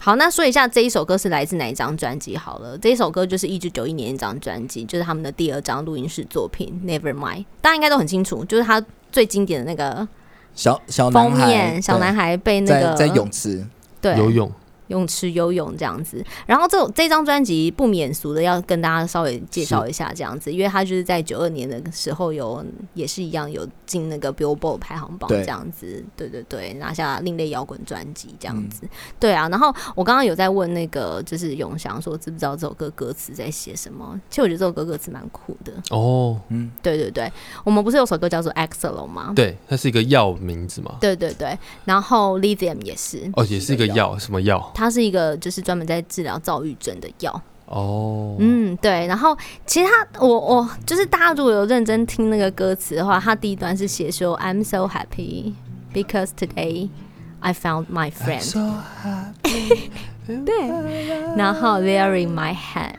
[SPEAKER 3] 好，那说一下这一首歌是来自哪一张专辑好了。这一首歌就是一九九一年一张专辑，就是他们的第二张录音室作品《Never Mind》，大家应该都很清楚，就是他最经典的那个
[SPEAKER 2] 哦小小男
[SPEAKER 3] 封
[SPEAKER 2] 孩，
[SPEAKER 3] 面，小男
[SPEAKER 2] 孩
[SPEAKER 3] 孩被那
[SPEAKER 2] 在
[SPEAKER 3] 个
[SPEAKER 2] 在泳池，
[SPEAKER 3] 对
[SPEAKER 1] 游泳，
[SPEAKER 3] 泳池游泳这样子。然后这这张专辑不免俗的要跟大家稍微介绍一下这样子，因为他就是在九二年的时候有也是一样有进那个 Billboard 排行榜
[SPEAKER 2] 对
[SPEAKER 3] 这样子，对对对，拿下另类摇滚专辑这样子。对啊，然后我刚刚有在问那个就是永祥说知不知道这首歌歌词在写什么？其实我觉得这首歌歌词蛮酷的。
[SPEAKER 1] 哦，
[SPEAKER 2] 嗯，
[SPEAKER 3] 对对对，我们不是有首歌叫做 Excel 吗？
[SPEAKER 1] 对，它是一个药名字嘛？
[SPEAKER 3] 对对对，然后 Lithium 也是，
[SPEAKER 1] 哦，也是一个药，什么药？
[SPEAKER 3] 它是一个就是专门在治疗躁郁症的药。
[SPEAKER 1] 哦，
[SPEAKER 3] 嗯，对。然后其实他，我我就是大家如果有认真听那个歌词的话，他第一段是写说 I'm so happy because today I found my
[SPEAKER 1] I'm
[SPEAKER 3] friend，
[SPEAKER 1] so happy
[SPEAKER 3] 然后 They're in my head。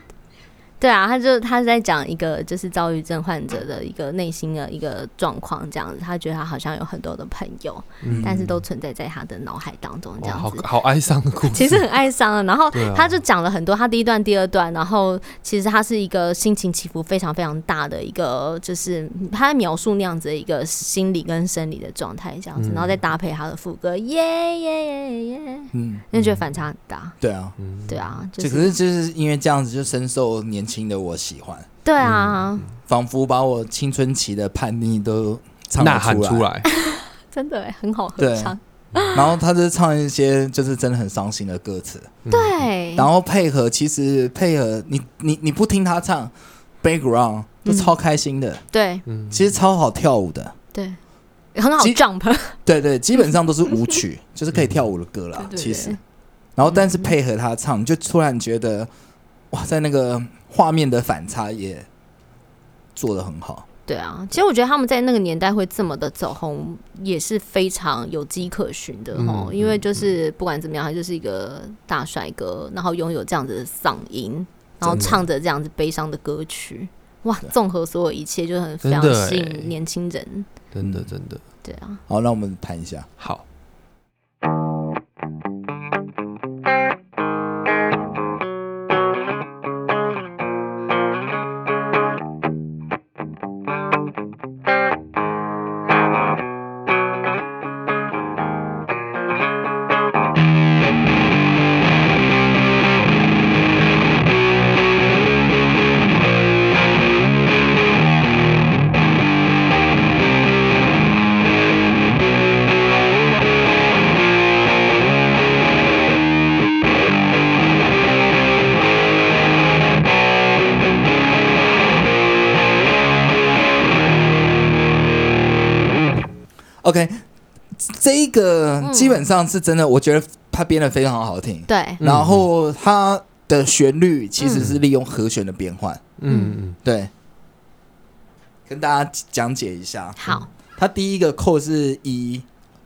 [SPEAKER 3] 对啊，他就他是在讲一个就是躁郁症患者的一个内心的一个状况，这样子，他觉得他好像有很多的朋友，
[SPEAKER 1] 嗯
[SPEAKER 3] 但是都存在在他的脑海当中，这
[SPEAKER 1] 哇，
[SPEAKER 3] 样
[SPEAKER 1] 好哦
[SPEAKER 3] 子。
[SPEAKER 1] 好哀伤的故事。
[SPEAKER 3] 其实很哀伤的。然后
[SPEAKER 1] 对啊
[SPEAKER 3] 他就讲了很多，他第一段、第二段，然后其实他是一个心情起伏非常非常大的一个，就是他在描述那样子的一个心理跟生理的状态这样子，
[SPEAKER 1] 嗯
[SPEAKER 3] 然后再搭配他的副歌，耶耶耶耶，
[SPEAKER 2] 嗯，
[SPEAKER 3] 就觉得反差很大。
[SPEAKER 2] 对啊，
[SPEAKER 1] 嗯
[SPEAKER 3] 对，啊，就
[SPEAKER 2] 这
[SPEAKER 3] 是
[SPEAKER 2] 可是就是因为这样子，就深受年轻的我喜欢，
[SPEAKER 3] 对啊，
[SPEAKER 2] 仿佛把我青春期的叛逆都唱了
[SPEAKER 1] 呐喊出
[SPEAKER 2] 出来。
[SPEAKER 1] 来，
[SPEAKER 3] 真的耶很好合
[SPEAKER 2] 对
[SPEAKER 3] 唱。嗯
[SPEAKER 2] 然后他就唱一些就是真的很伤心的歌词，
[SPEAKER 3] 对，
[SPEAKER 2] 然后配合其实配合你你你不听他唱 background
[SPEAKER 3] 嗯
[SPEAKER 2] 都超开心的，
[SPEAKER 3] 对
[SPEAKER 1] 嗯，
[SPEAKER 2] 其实超好跳舞的。
[SPEAKER 3] 对，很好
[SPEAKER 2] 其
[SPEAKER 3] jump。
[SPEAKER 2] 对对，基本上都是舞曲， 就是可以跳舞的歌啦。
[SPEAKER 3] 对对
[SPEAKER 2] 其
[SPEAKER 3] 嗯
[SPEAKER 2] 实
[SPEAKER 3] 对，
[SPEAKER 2] 然后但是配合他唱，你就突然觉得哇，在那个画面的反差也做得很好。
[SPEAKER 3] 对啊，其实我觉得他们在那个年代会这么的走红，也是非常有迹可循的哦、
[SPEAKER 1] 嗯
[SPEAKER 3] 因为就是不管怎么样，他就是一个大帅哥，然后拥有这样子的嗓音，然后
[SPEAKER 2] 真的
[SPEAKER 3] 唱着这样子悲伤的歌曲，哇，综合所有一切，就是很非
[SPEAKER 1] 真的
[SPEAKER 3] 常吸
[SPEAKER 1] 欸
[SPEAKER 3] 引年轻人。
[SPEAKER 1] 真的真的
[SPEAKER 3] 对啊，
[SPEAKER 2] 好，那我们谈一下，
[SPEAKER 1] 好。
[SPEAKER 2] OK，这一个
[SPEAKER 3] 嗯
[SPEAKER 2] 基本上是真的，我觉得他编的非常好听，
[SPEAKER 3] 对，
[SPEAKER 1] 嗯
[SPEAKER 2] 然后他的旋律其实是利用和弦的变换，
[SPEAKER 1] 嗯嗯
[SPEAKER 2] 对，跟大家讲解一下。
[SPEAKER 3] 好，
[SPEAKER 2] 它第一个扣是一，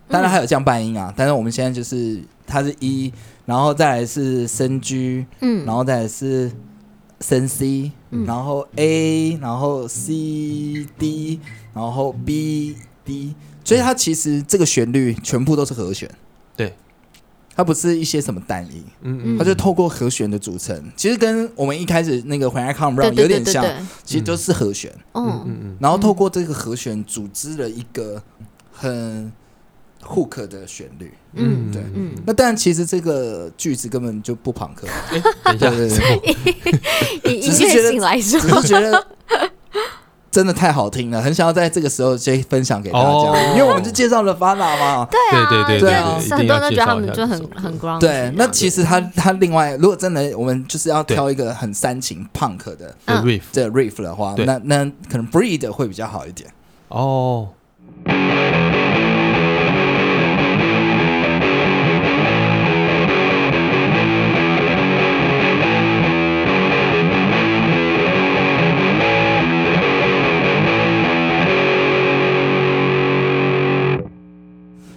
[SPEAKER 2] 当然还有降半音啊，但是我们现在就是它是一，然后再来是升 G，
[SPEAKER 3] 嗯，
[SPEAKER 2] 然后再来是升 C，、
[SPEAKER 3] 嗯
[SPEAKER 2] 然后 A，然后 C D，然后 B D，所以它其实这个旋律全部都是和弦，
[SPEAKER 1] 对，
[SPEAKER 2] 它不是一些什么单音。
[SPEAKER 1] 嗯嗯，
[SPEAKER 2] 它就透过和弦的组成，其实跟我们一开始那个《When I Come
[SPEAKER 3] 对》
[SPEAKER 2] Round 有
[SPEAKER 3] 对对
[SPEAKER 2] 点
[SPEAKER 3] 对
[SPEAKER 2] 像，
[SPEAKER 3] 对，
[SPEAKER 2] 其实都是和弦。
[SPEAKER 1] 嗯
[SPEAKER 3] 嗯，
[SPEAKER 1] 嗯嗯
[SPEAKER 2] 然后透过这个和弦组织了一个很 hook 的旋律。
[SPEAKER 3] 嗯
[SPEAKER 2] 对
[SPEAKER 3] 嗯
[SPEAKER 2] 那但其实这个句子根本就不朋克，
[SPEAKER 1] 哎，等一下，
[SPEAKER 2] 对对对
[SPEAKER 1] 什么
[SPEAKER 3] 以音
[SPEAKER 2] 只是觉
[SPEAKER 3] 乐
[SPEAKER 2] 得
[SPEAKER 3] 性来说
[SPEAKER 2] 只，是觉得真的太好听了，很 想要在这个时候先分享给大家，
[SPEAKER 1] 哦
[SPEAKER 2] 因为我们就介绍了 Fana 嘛。
[SPEAKER 3] 对啊，
[SPEAKER 1] 对
[SPEAKER 2] 对
[SPEAKER 1] 对
[SPEAKER 3] 因为
[SPEAKER 2] 对
[SPEAKER 3] 是很
[SPEAKER 1] 一
[SPEAKER 3] 多
[SPEAKER 1] 定要
[SPEAKER 3] 人都觉得
[SPEAKER 1] 介
[SPEAKER 3] 他
[SPEAKER 1] 绍一
[SPEAKER 3] 们
[SPEAKER 1] 下
[SPEAKER 3] 就
[SPEAKER 1] 这
[SPEAKER 3] 很
[SPEAKER 1] 首歌
[SPEAKER 3] 很 ground
[SPEAKER 2] 对，那其实他
[SPEAKER 3] 嗯
[SPEAKER 2] 他另外，如果真的我们就是要挑一个很煽情 punk 的
[SPEAKER 1] 的
[SPEAKER 3] 嗯
[SPEAKER 1] riff
[SPEAKER 2] 这 riff 的话，
[SPEAKER 1] 对
[SPEAKER 2] 那那可能 Breed 会比较好一点。
[SPEAKER 1] 哦，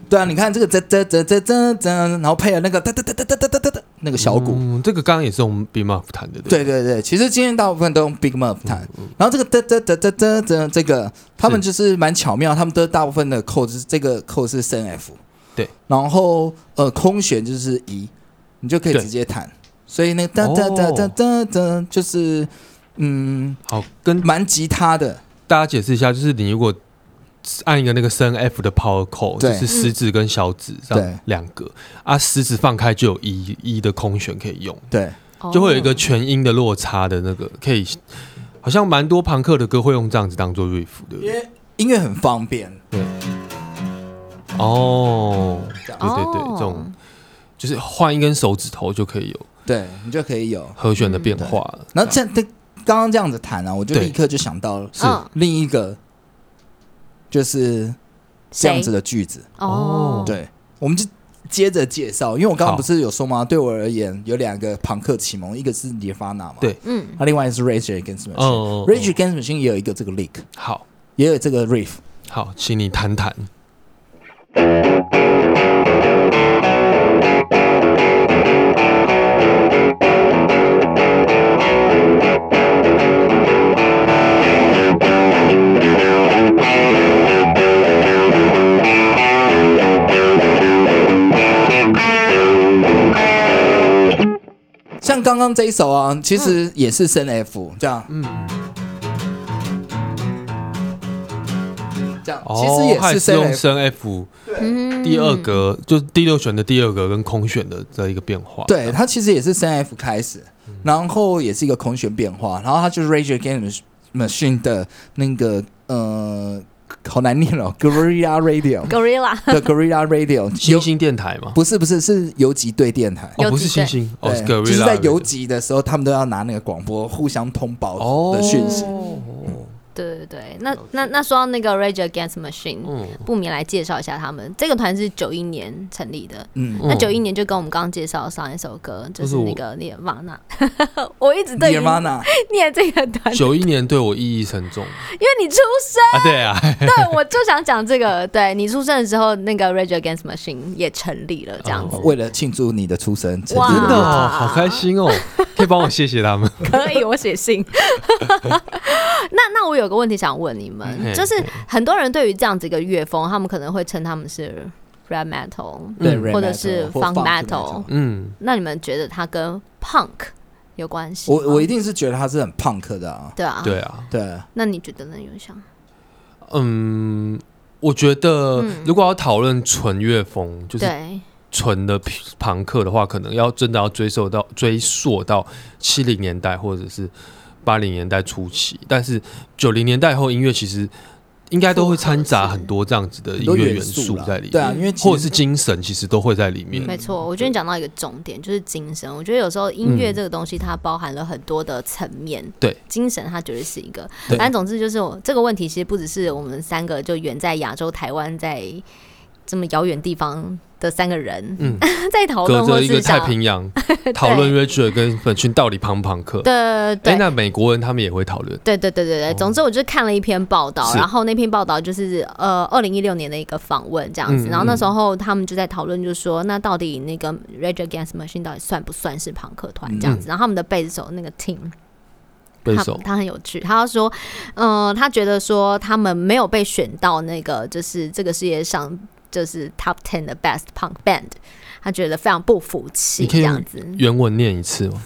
[SPEAKER 2] 对啊，你看这个这这这这这这，然后配了那个哒哒哒哒哒哒哒哒那个小鼓，
[SPEAKER 1] 嗯，这个刚刚也是我们 B m a p 弹的，
[SPEAKER 2] 对对对，其实今天大部分都用 Big Muff 弹，然后这个嘚嘚嘚嘚嘚嘚这个，他们就是蛮巧妙，他们的大部分的扣就是这个扣是升 F，
[SPEAKER 1] 对，
[SPEAKER 2] 然后呃空弦就是一，你就可以直接弹，所以那个嘚嘚嘚嘚嘚嘚就是嗯
[SPEAKER 1] 好，跟
[SPEAKER 2] 蛮吉他的，
[SPEAKER 1] 大家解释一下，就是你如果按一个那个升 F 的 power chord，就
[SPEAKER 2] 对
[SPEAKER 1] 是食指跟小指这
[SPEAKER 2] 对
[SPEAKER 1] 样两个啊，食指放开就有一一的空弦可以用，
[SPEAKER 2] 对，
[SPEAKER 3] 哦
[SPEAKER 1] 就会有一个全音的落差的那个可以，好像蛮多朋克的歌会用这样子当做 riff，对不
[SPEAKER 2] 因
[SPEAKER 1] 对？
[SPEAKER 2] 为音乐很方便，
[SPEAKER 1] 哦，
[SPEAKER 2] 这样
[SPEAKER 1] 对对对，
[SPEAKER 3] 哦
[SPEAKER 1] 这种就是换一根手指头就可以有
[SPEAKER 2] 对你就可以有。
[SPEAKER 1] 和弦的变化了。
[SPEAKER 2] 然嗯后这样，这刚刚这样子弹啊，我就
[SPEAKER 1] 对
[SPEAKER 2] 立刻就想到了
[SPEAKER 1] 是
[SPEAKER 3] 嗯
[SPEAKER 2] 另一个，就是这样子的句子。
[SPEAKER 3] 哦
[SPEAKER 1] 哦，
[SPEAKER 2] 对，我们就接着介绍，因为我刚刚
[SPEAKER 1] 好
[SPEAKER 2] 不是有说吗？对我而言，有两个朋克启蒙，一个是 Nirvana 嘛，
[SPEAKER 1] 对，
[SPEAKER 3] 嗯
[SPEAKER 2] 那另外是 Rage Against
[SPEAKER 1] 嗯，
[SPEAKER 2] Machine。
[SPEAKER 1] 嗯嗯
[SPEAKER 2] Rage Against Machine 也有一个这个 lick，
[SPEAKER 1] 好
[SPEAKER 2] 也有这个 riff。
[SPEAKER 1] 好，请你谈谈。
[SPEAKER 2] 像刚刚这一首啊，其实也是升 F 这样，
[SPEAKER 1] 嗯，嗯
[SPEAKER 2] 这样
[SPEAKER 1] 哦，
[SPEAKER 2] 其实也
[SPEAKER 1] 它
[SPEAKER 2] 是升
[SPEAKER 1] 用
[SPEAKER 2] F。
[SPEAKER 1] 升 F
[SPEAKER 3] 嗯
[SPEAKER 1] 第二格，就是第六弦的第二格跟空弦的这一个变化。
[SPEAKER 2] 对，它其实也是升 F 开始，然后也是一个空弦变化，然后它就是 Rage Against Machine 的那个呃，好难念哦，Gorilla Radio
[SPEAKER 3] Gorilla
[SPEAKER 2] 的 Gorilla Radio，
[SPEAKER 1] 星星电台嘛，
[SPEAKER 2] 不是不是是游击队电台。
[SPEAKER 1] 哦，
[SPEAKER 3] 游
[SPEAKER 1] 不
[SPEAKER 3] 击
[SPEAKER 1] 是星
[SPEAKER 3] 队
[SPEAKER 1] 星，哦，
[SPEAKER 2] 对
[SPEAKER 1] 是，
[SPEAKER 2] 就是在游
[SPEAKER 1] Gorilla
[SPEAKER 2] 击的时候，他们都要拿那个广播互相通报
[SPEAKER 1] 哦
[SPEAKER 2] 的讯息。
[SPEAKER 1] 哦
[SPEAKER 3] 对对对，那那那说到那个 Rage Against Machine，
[SPEAKER 1] 嗯，
[SPEAKER 3] 不免来介绍一下他们。这个团是九一年成立的，
[SPEAKER 2] 嗯，
[SPEAKER 3] 那
[SPEAKER 1] 嗯
[SPEAKER 3] 九一年就跟我们刚刚介绍的上一首歌，就是
[SPEAKER 1] 是我
[SPEAKER 3] 那个《涅瓦纳》， 我一直对于
[SPEAKER 2] Nirvana，
[SPEAKER 3] 念这个团，因
[SPEAKER 1] 九一年对我意义深重啊，
[SPEAKER 3] 为你出生，
[SPEAKER 1] 对啊，
[SPEAKER 3] 对我就想讲这个。 对你出生的时候，那个 Rage Against Machine 也成立了，这样子
[SPEAKER 1] 哦
[SPEAKER 2] 为了庆祝你的出生，成
[SPEAKER 3] 哇
[SPEAKER 2] 立
[SPEAKER 1] 真的
[SPEAKER 2] 了
[SPEAKER 1] 哦，好开心哦，可以帮我谢谢他们。
[SPEAKER 3] 可以，我写信。 那那我有个问题想问你们，
[SPEAKER 1] 嗯
[SPEAKER 3] 就是
[SPEAKER 1] 嘿
[SPEAKER 3] 很多人对于这样子一个乐风，他们可能会称他们是 Red Metal，
[SPEAKER 2] 对
[SPEAKER 1] 嗯
[SPEAKER 2] Red
[SPEAKER 3] 或者是
[SPEAKER 2] Metal 或
[SPEAKER 3] Funk
[SPEAKER 2] Funk
[SPEAKER 3] Metal
[SPEAKER 2] Metal。
[SPEAKER 1] 嗯，
[SPEAKER 3] 那你们觉得它跟 Punk 有关系吗？
[SPEAKER 2] 我我一定是觉得他是很 punk 的啊，
[SPEAKER 3] 对啊，
[SPEAKER 1] 对啊，
[SPEAKER 2] 对，
[SPEAKER 3] 那你觉得呢，永祥？
[SPEAKER 1] 嗯，我觉得
[SPEAKER 3] 嗯
[SPEAKER 1] 如果要讨论纯乐风，就是
[SPEAKER 3] 对，
[SPEAKER 1] 纯的朋克的话，可能要真的要追溯到追溯到七零年代或者是八零年代初期，但是九零年代后音乐其实应该都会掺杂很多这样子的
[SPEAKER 2] 很
[SPEAKER 1] 音
[SPEAKER 2] 多
[SPEAKER 1] 乐
[SPEAKER 2] 元
[SPEAKER 1] 元
[SPEAKER 2] 素
[SPEAKER 1] 素
[SPEAKER 2] 啦
[SPEAKER 1] 在里面，
[SPEAKER 2] 对啊，因为其实
[SPEAKER 1] 或者是精神，其实都会在里面。
[SPEAKER 3] 没错，我觉得你讲到一个重点，就是精神。我觉得有时候音乐这个东西，它包含了很多的层面。
[SPEAKER 1] 嗯对，
[SPEAKER 3] 精神它绝对是一个。
[SPEAKER 1] 对
[SPEAKER 3] 反正总之就是我这个问题，其实不只是我们三个就远在亚洲台湾，在这么遥远地方的三个人，
[SPEAKER 1] 嗯
[SPEAKER 3] 在讨
[SPEAKER 1] 隔
[SPEAKER 3] 论或
[SPEAKER 1] 着一个
[SPEAKER 3] 是
[SPEAKER 1] 太
[SPEAKER 3] 想
[SPEAKER 1] 平洋讨论 Richard 跟粉群到底庞不庞克？
[SPEAKER 3] 对
[SPEAKER 1] 哎、
[SPEAKER 3] 对对
[SPEAKER 1] 那美国人他们也会讨论。
[SPEAKER 3] 对对对对对，总之我就看了一篇报道，
[SPEAKER 1] 哦是
[SPEAKER 3] 然后那篇报道就是呃，二零一六年的一个访问这样子，
[SPEAKER 1] 嗯
[SPEAKER 3] 然后那
[SPEAKER 1] 嗯
[SPEAKER 3] 时候他们就在讨论，就说那到底那个 Rage Against the Machine 到底算不算是朋克团这样子，然后他们的贝斯手那个 Tim，
[SPEAKER 1] 贝
[SPEAKER 3] 他
[SPEAKER 1] 嗯手
[SPEAKER 3] 他很有趣，他说，嗯、他觉得说他们没有被选到那个就是这个世界上就是 Top Ten 的 Best Punk Band，他觉得非常不服气
[SPEAKER 1] 你可
[SPEAKER 3] 这
[SPEAKER 1] 以用
[SPEAKER 3] 样子，
[SPEAKER 1] 原文念一次吗？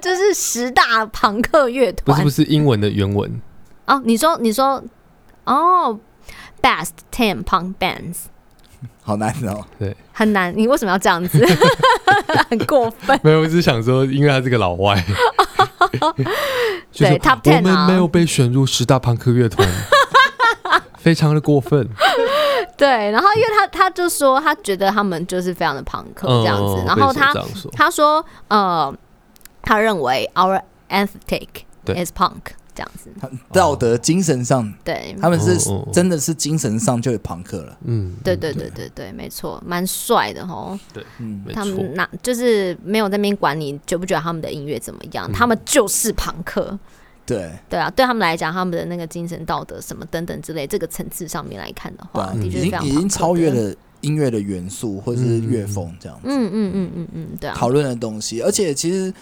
[SPEAKER 3] 就是十大朋克乐
[SPEAKER 1] 不是
[SPEAKER 3] 团
[SPEAKER 1] 不是英文的原文，
[SPEAKER 3] 哦，你说你说哦，Best Ten Punk Bands
[SPEAKER 2] 好难哦。
[SPEAKER 3] 很难，你为什么要这样子？很过分。
[SPEAKER 1] 没有，我只是想说，因为他是个 老外，就是
[SPEAKER 3] 对，Top Ten 啊
[SPEAKER 1] 我们没有被选入十大朋克乐团，非常的过分。
[SPEAKER 3] 对，然后因为他他就说他觉得他们就是非常的朋克 这样子，
[SPEAKER 1] 嗯
[SPEAKER 3] 然后他
[SPEAKER 1] 被谁这样说，
[SPEAKER 3] 他说，呃，他认为 our ethic
[SPEAKER 1] 对
[SPEAKER 3] is punk 这样子，
[SPEAKER 2] 他道德精神上，
[SPEAKER 3] 对，
[SPEAKER 2] 他们是
[SPEAKER 1] 哦哦哦
[SPEAKER 2] 真的是精神上就有朋克了。
[SPEAKER 1] 嗯，
[SPEAKER 3] 对对对对对，没错，蛮帅的吼。
[SPEAKER 2] 嗯，
[SPEAKER 1] 没
[SPEAKER 3] 他
[SPEAKER 1] 错，
[SPEAKER 3] 们那就是没有在那边管你觉不觉得他们的音乐怎么样，他们就是朋克。
[SPEAKER 2] 对，
[SPEAKER 3] 对啊，对他们来讲，他们的那个精神道德什么等等之类，这个层次上面来看的
[SPEAKER 2] 对
[SPEAKER 3] 话，
[SPEAKER 2] 啊，
[SPEAKER 3] 的
[SPEAKER 2] 已
[SPEAKER 3] 确非
[SPEAKER 2] 经
[SPEAKER 3] 常
[SPEAKER 2] 已经
[SPEAKER 3] 朋克
[SPEAKER 2] 超越
[SPEAKER 3] 的。
[SPEAKER 2] 了音乐的元素或是乐风这样子
[SPEAKER 3] 嗯嗯嗯嗯嗯，对啊，
[SPEAKER 2] 讨论的东西，而且其实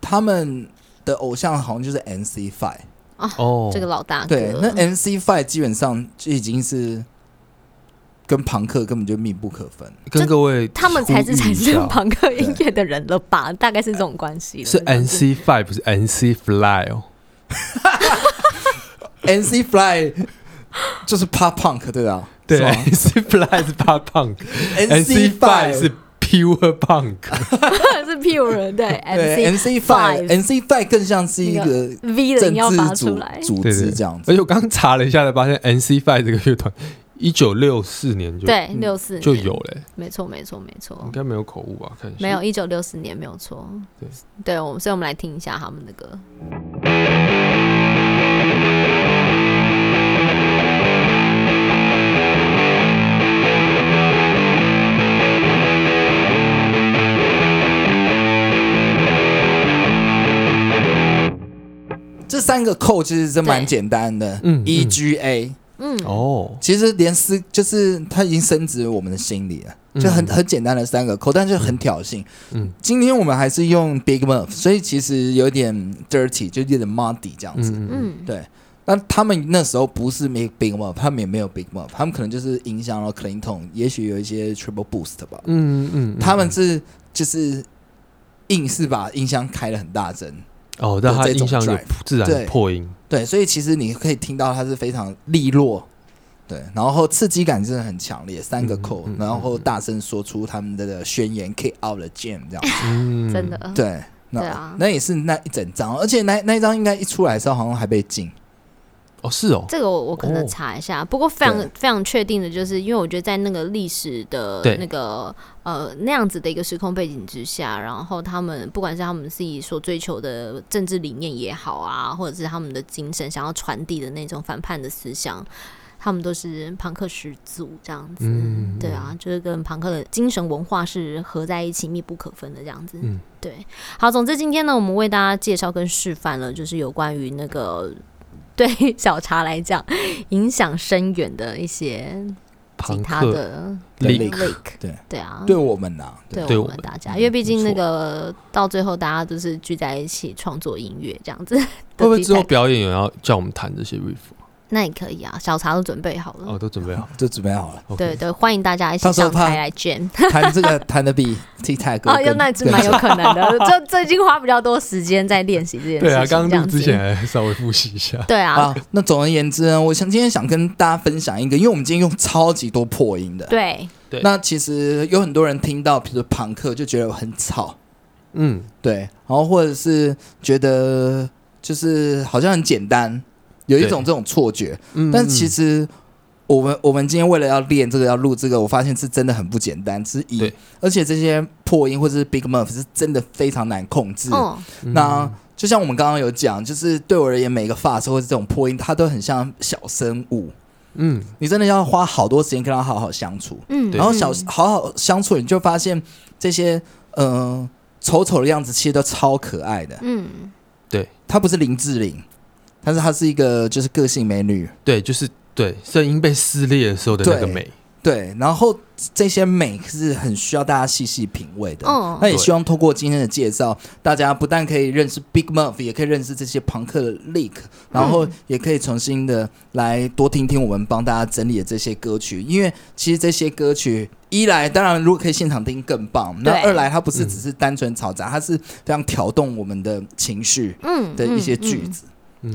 [SPEAKER 2] 他们的偶像好像就是 NC Five。
[SPEAKER 1] 哦，
[SPEAKER 3] 这个老大哥，
[SPEAKER 2] 对，那哎 NC Five 基本上就已经是跟朋克根本就密不可 分。
[SPEAKER 1] 跟各位
[SPEAKER 3] 他们才是
[SPEAKER 1] 呼吁
[SPEAKER 3] 产
[SPEAKER 1] 一
[SPEAKER 3] 生
[SPEAKER 1] 下
[SPEAKER 3] 朋克音乐的人了吧？大概是这种关系了。
[SPEAKER 1] 是 NC Five 不是 NC Fly 哦，
[SPEAKER 2] NC Fly 就是 pop punk 对啊，
[SPEAKER 1] 对
[SPEAKER 2] 是吗
[SPEAKER 1] ，NC Fly 是 pop punk，NC
[SPEAKER 2] ，NC
[SPEAKER 1] Five
[SPEAKER 2] Five
[SPEAKER 1] 是 pure
[SPEAKER 3] 啊
[SPEAKER 1] punk，
[SPEAKER 3] 是 pure 对
[SPEAKER 2] 对 NC
[SPEAKER 3] Five
[SPEAKER 2] Five，NC Five 更像是一
[SPEAKER 3] 那
[SPEAKER 2] 个
[SPEAKER 3] V 的
[SPEAKER 2] 政
[SPEAKER 3] 音要发
[SPEAKER 2] 治
[SPEAKER 3] 出
[SPEAKER 2] 组
[SPEAKER 3] 来，
[SPEAKER 2] 组
[SPEAKER 1] 对对
[SPEAKER 2] 织这样
[SPEAKER 1] 而
[SPEAKER 2] 子。
[SPEAKER 1] 且我刚查了一下才发现 NC Five 这个乐团一九六四年就
[SPEAKER 3] 对
[SPEAKER 2] 嗯
[SPEAKER 3] 六四
[SPEAKER 1] 就有嘞，
[SPEAKER 3] 没错没错没
[SPEAKER 1] 应
[SPEAKER 3] 错，
[SPEAKER 1] 该没有口误吧？看一下
[SPEAKER 3] 没有一九六四年没有错，
[SPEAKER 1] 对
[SPEAKER 3] 对，我们所以我们来听一下他们的歌。
[SPEAKER 2] 这三个扣其实真蛮简单的，
[SPEAKER 1] 嗯嗯
[SPEAKER 2] e G A，
[SPEAKER 3] 嗯，
[SPEAKER 1] 哦，
[SPEAKER 2] 其实连思就是它已经深植我们的心里了，
[SPEAKER 1] 嗯
[SPEAKER 2] 就很很简单的三个扣，但是很挑衅。
[SPEAKER 1] 嗯
[SPEAKER 2] 今天我们还是用 Big Muff，所以其实有点 dirty，就有点 muddy 这样子。
[SPEAKER 1] 嗯嗯
[SPEAKER 3] 嗯，
[SPEAKER 2] 对，那他们那时候不是没 Big Muff，他们也没有 Big Muff，他们可能就是影响了 Clinton，也许有一些 Triple Boost 吧。
[SPEAKER 1] 嗯嗯，
[SPEAKER 2] 他们是就是硬是把音箱开了很大声，
[SPEAKER 1] 哦，让他
[SPEAKER 2] 的这
[SPEAKER 1] 印
[SPEAKER 2] 种
[SPEAKER 1] 象有
[SPEAKER 2] drive
[SPEAKER 1] 自然
[SPEAKER 2] 对
[SPEAKER 1] 破音，
[SPEAKER 2] 对，所以其实你可以听到它是非常利落，对，然后刺激感真的很强烈，三个
[SPEAKER 1] 嗯
[SPEAKER 2] 扣，
[SPEAKER 1] 嗯
[SPEAKER 2] 然后大声说出他们的宣言，kick out the jam 这样，
[SPEAKER 1] 嗯，
[SPEAKER 3] 真的，
[SPEAKER 2] 对，那
[SPEAKER 3] 啊对啊
[SPEAKER 2] 那也是那一整张，哦而且那那一张应该一出来的时候好像还被禁，
[SPEAKER 1] 哦，是哦，
[SPEAKER 3] 这个我我可能
[SPEAKER 1] 哦
[SPEAKER 3] 查一下，不过非常
[SPEAKER 2] 对
[SPEAKER 3] 非常确定的就是，因为我觉得在那个历史的
[SPEAKER 1] 对
[SPEAKER 3] 那个呃那样子的一个时空背景之下，然后他们不管是他们自己所追求的政治理念也好啊，或者是他们的精神想要传递的那种反叛的思想，他们都是朋克始祖这样子。
[SPEAKER 1] 嗯，
[SPEAKER 3] 对啊，就是跟朋克的精神文化是合在一起、密不可分的这样子。
[SPEAKER 1] 嗯，
[SPEAKER 3] 对。好，总之今天呢，我们为大家介绍跟示范了，就是有关于那个 对小茶来讲影响深远的一些吉
[SPEAKER 1] 朋
[SPEAKER 3] 他
[SPEAKER 1] 克
[SPEAKER 3] 的
[SPEAKER 1] 力
[SPEAKER 2] Lick，对
[SPEAKER 3] 对啊，
[SPEAKER 2] 对我们呐、对，
[SPEAKER 3] 对
[SPEAKER 1] 对
[SPEAKER 3] 我
[SPEAKER 1] 我
[SPEAKER 3] 们
[SPEAKER 1] 们
[SPEAKER 3] 大家，
[SPEAKER 1] 嗯
[SPEAKER 3] 因为毕竟那
[SPEAKER 1] 没错
[SPEAKER 3] 个到最后大家都是聚在一起创作音乐这样子。
[SPEAKER 1] 会不会之后表演有人要叫我们弹这些 riff？
[SPEAKER 3] 那也可以啊，小茶都准备好了。
[SPEAKER 1] 哦，都准备好。
[SPEAKER 2] 啊就准备好了，
[SPEAKER 3] 嗯对
[SPEAKER 1] OK，
[SPEAKER 3] 对，欢迎大家一起
[SPEAKER 2] 到时候
[SPEAKER 3] 上台
[SPEAKER 2] 怕
[SPEAKER 3] 来 jam。
[SPEAKER 2] 弹这个弹的比 T Tag
[SPEAKER 3] 哦，要那是蛮有可能的，就最近花比较多时间在练习这件事情。
[SPEAKER 1] 对啊，刚
[SPEAKER 3] 这
[SPEAKER 1] 刚
[SPEAKER 3] 样
[SPEAKER 1] 录
[SPEAKER 3] 子
[SPEAKER 1] 之前还稍微复习一下。
[SPEAKER 3] 对啊，
[SPEAKER 2] 啊，那总而言之呢，我想今天想跟大家分享一个，因为我们今天用超级多破音的，
[SPEAKER 3] 对，
[SPEAKER 1] 对
[SPEAKER 2] 那其实有很多人听到，比如朋克就觉得很吵，
[SPEAKER 1] 嗯，
[SPEAKER 2] 对，然后或者是觉得就是好像很简单，有一种这种错觉。
[SPEAKER 1] 嗯
[SPEAKER 2] 但其
[SPEAKER 1] 实
[SPEAKER 2] 实我们我们今天为了要练这个要录这个，我发现是真的很不简单，之一
[SPEAKER 1] 对。
[SPEAKER 2] 而且这些破音或者是 Big Muff 是真的非常难控制。
[SPEAKER 3] 嗯，
[SPEAKER 2] 那就像我们刚刚有讲，就是对我而言，每个发色或者这种破音，它都很像小生物，
[SPEAKER 1] 嗯，
[SPEAKER 2] 你真的要花好多时间跟它好好相处。
[SPEAKER 3] 嗯，
[SPEAKER 1] 对
[SPEAKER 2] 然后小好好相处，你就发现这些嗯丑丑的样子其实都超可爱的。
[SPEAKER 3] 嗯，
[SPEAKER 2] 她不是林志玲，但是她是一个就是个性美女。
[SPEAKER 1] 对，就是对声音被撕裂的时候的那个
[SPEAKER 2] 对
[SPEAKER 1] 美，
[SPEAKER 2] 对，然后这些美是很需要大家细细品味的。
[SPEAKER 3] 嗯
[SPEAKER 2] 那也
[SPEAKER 1] 对
[SPEAKER 2] 希望通过今天的介绍，大家不但可以认识 Big Muff，也可以认识这些朋克的 Leak，然
[SPEAKER 1] 嗯
[SPEAKER 2] 后也可以重新的来多听听我们帮大家整理的这些歌曲，因为其实这些歌曲。一来，当然，如果可以现场听更棒。那
[SPEAKER 3] 对
[SPEAKER 2] 二来，它不是只是单纯嘈
[SPEAKER 1] 嗯
[SPEAKER 2] 杂，它是非常挑动我们的情绪
[SPEAKER 3] 嗯
[SPEAKER 2] 的一些句
[SPEAKER 3] 嗯
[SPEAKER 2] 子。
[SPEAKER 1] 嗯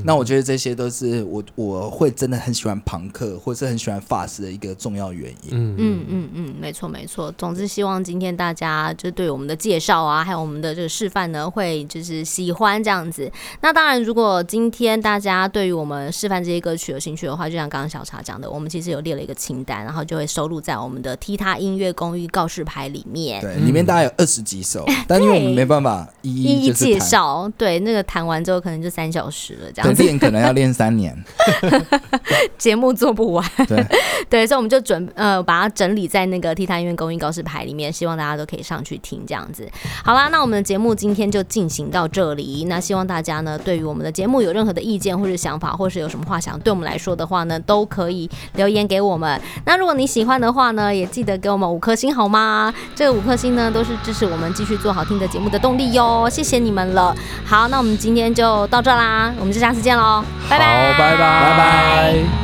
[SPEAKER 2] 那我觉得这些都是我我会真的很喜欢朋克，或是很喜欢法式的一个重要原因。
[SPEAKER 1] 嗯
[SPEAKER 3] 嗯嗯嗯，没错没错。总之，希望今天大家就对我们的介绍啊，还有我们的这个示范呢，会就是喜欢这样子。那当然，如果今天大家对于我们示范这些歌曲有兴趣的话，就像刚刚小茶讲的，我们其实有列了一个清单，然后就会收录在我们的踢踏音乐公寓告示牌里面。
[SPEAKER 2] 对，
[SPEAKER 1] 嗯
[SPEAKER 2] 里面大概有二十几首，但因为我们没办法一
[SPEAKER 3] 一一
[SPEAKER 2] 就是
[SPEAKER 3] 介
[SPEAKER 2] 弹，
[SPEAKER 3] 绍，对那个弹完之后可能就三小时了，这
[SPEAKER 2] 对
[SPEAKER 3] 样子
[SPEAKER 2] 练可能要练三年。
[SPEAKER 3] 节目做不完。
[SPEAKER 2] 对，
[SPEAKER 3] 对，所以我们就准呃把它整理在那个 T 台音乐公益告示牌里面，希望大家都可以上去听这样子。好啦，那我们的节目今天就进行到这里。那希望大家呢，对于我们的节目有任何的意见或是想法，或是有什么话想对我们来说的话呢，都可以留言给我们。那如果你喜欢的话呢，也记得给我们五颗星好吗？这五颗星呢，都是支持我们继续做好听的节目的动力哟。谢谢你们了。好，那我们今天就到这啦，我们就下次见喽，拜拜，
[SPEAKER 1] 好，拜拜，拜拜。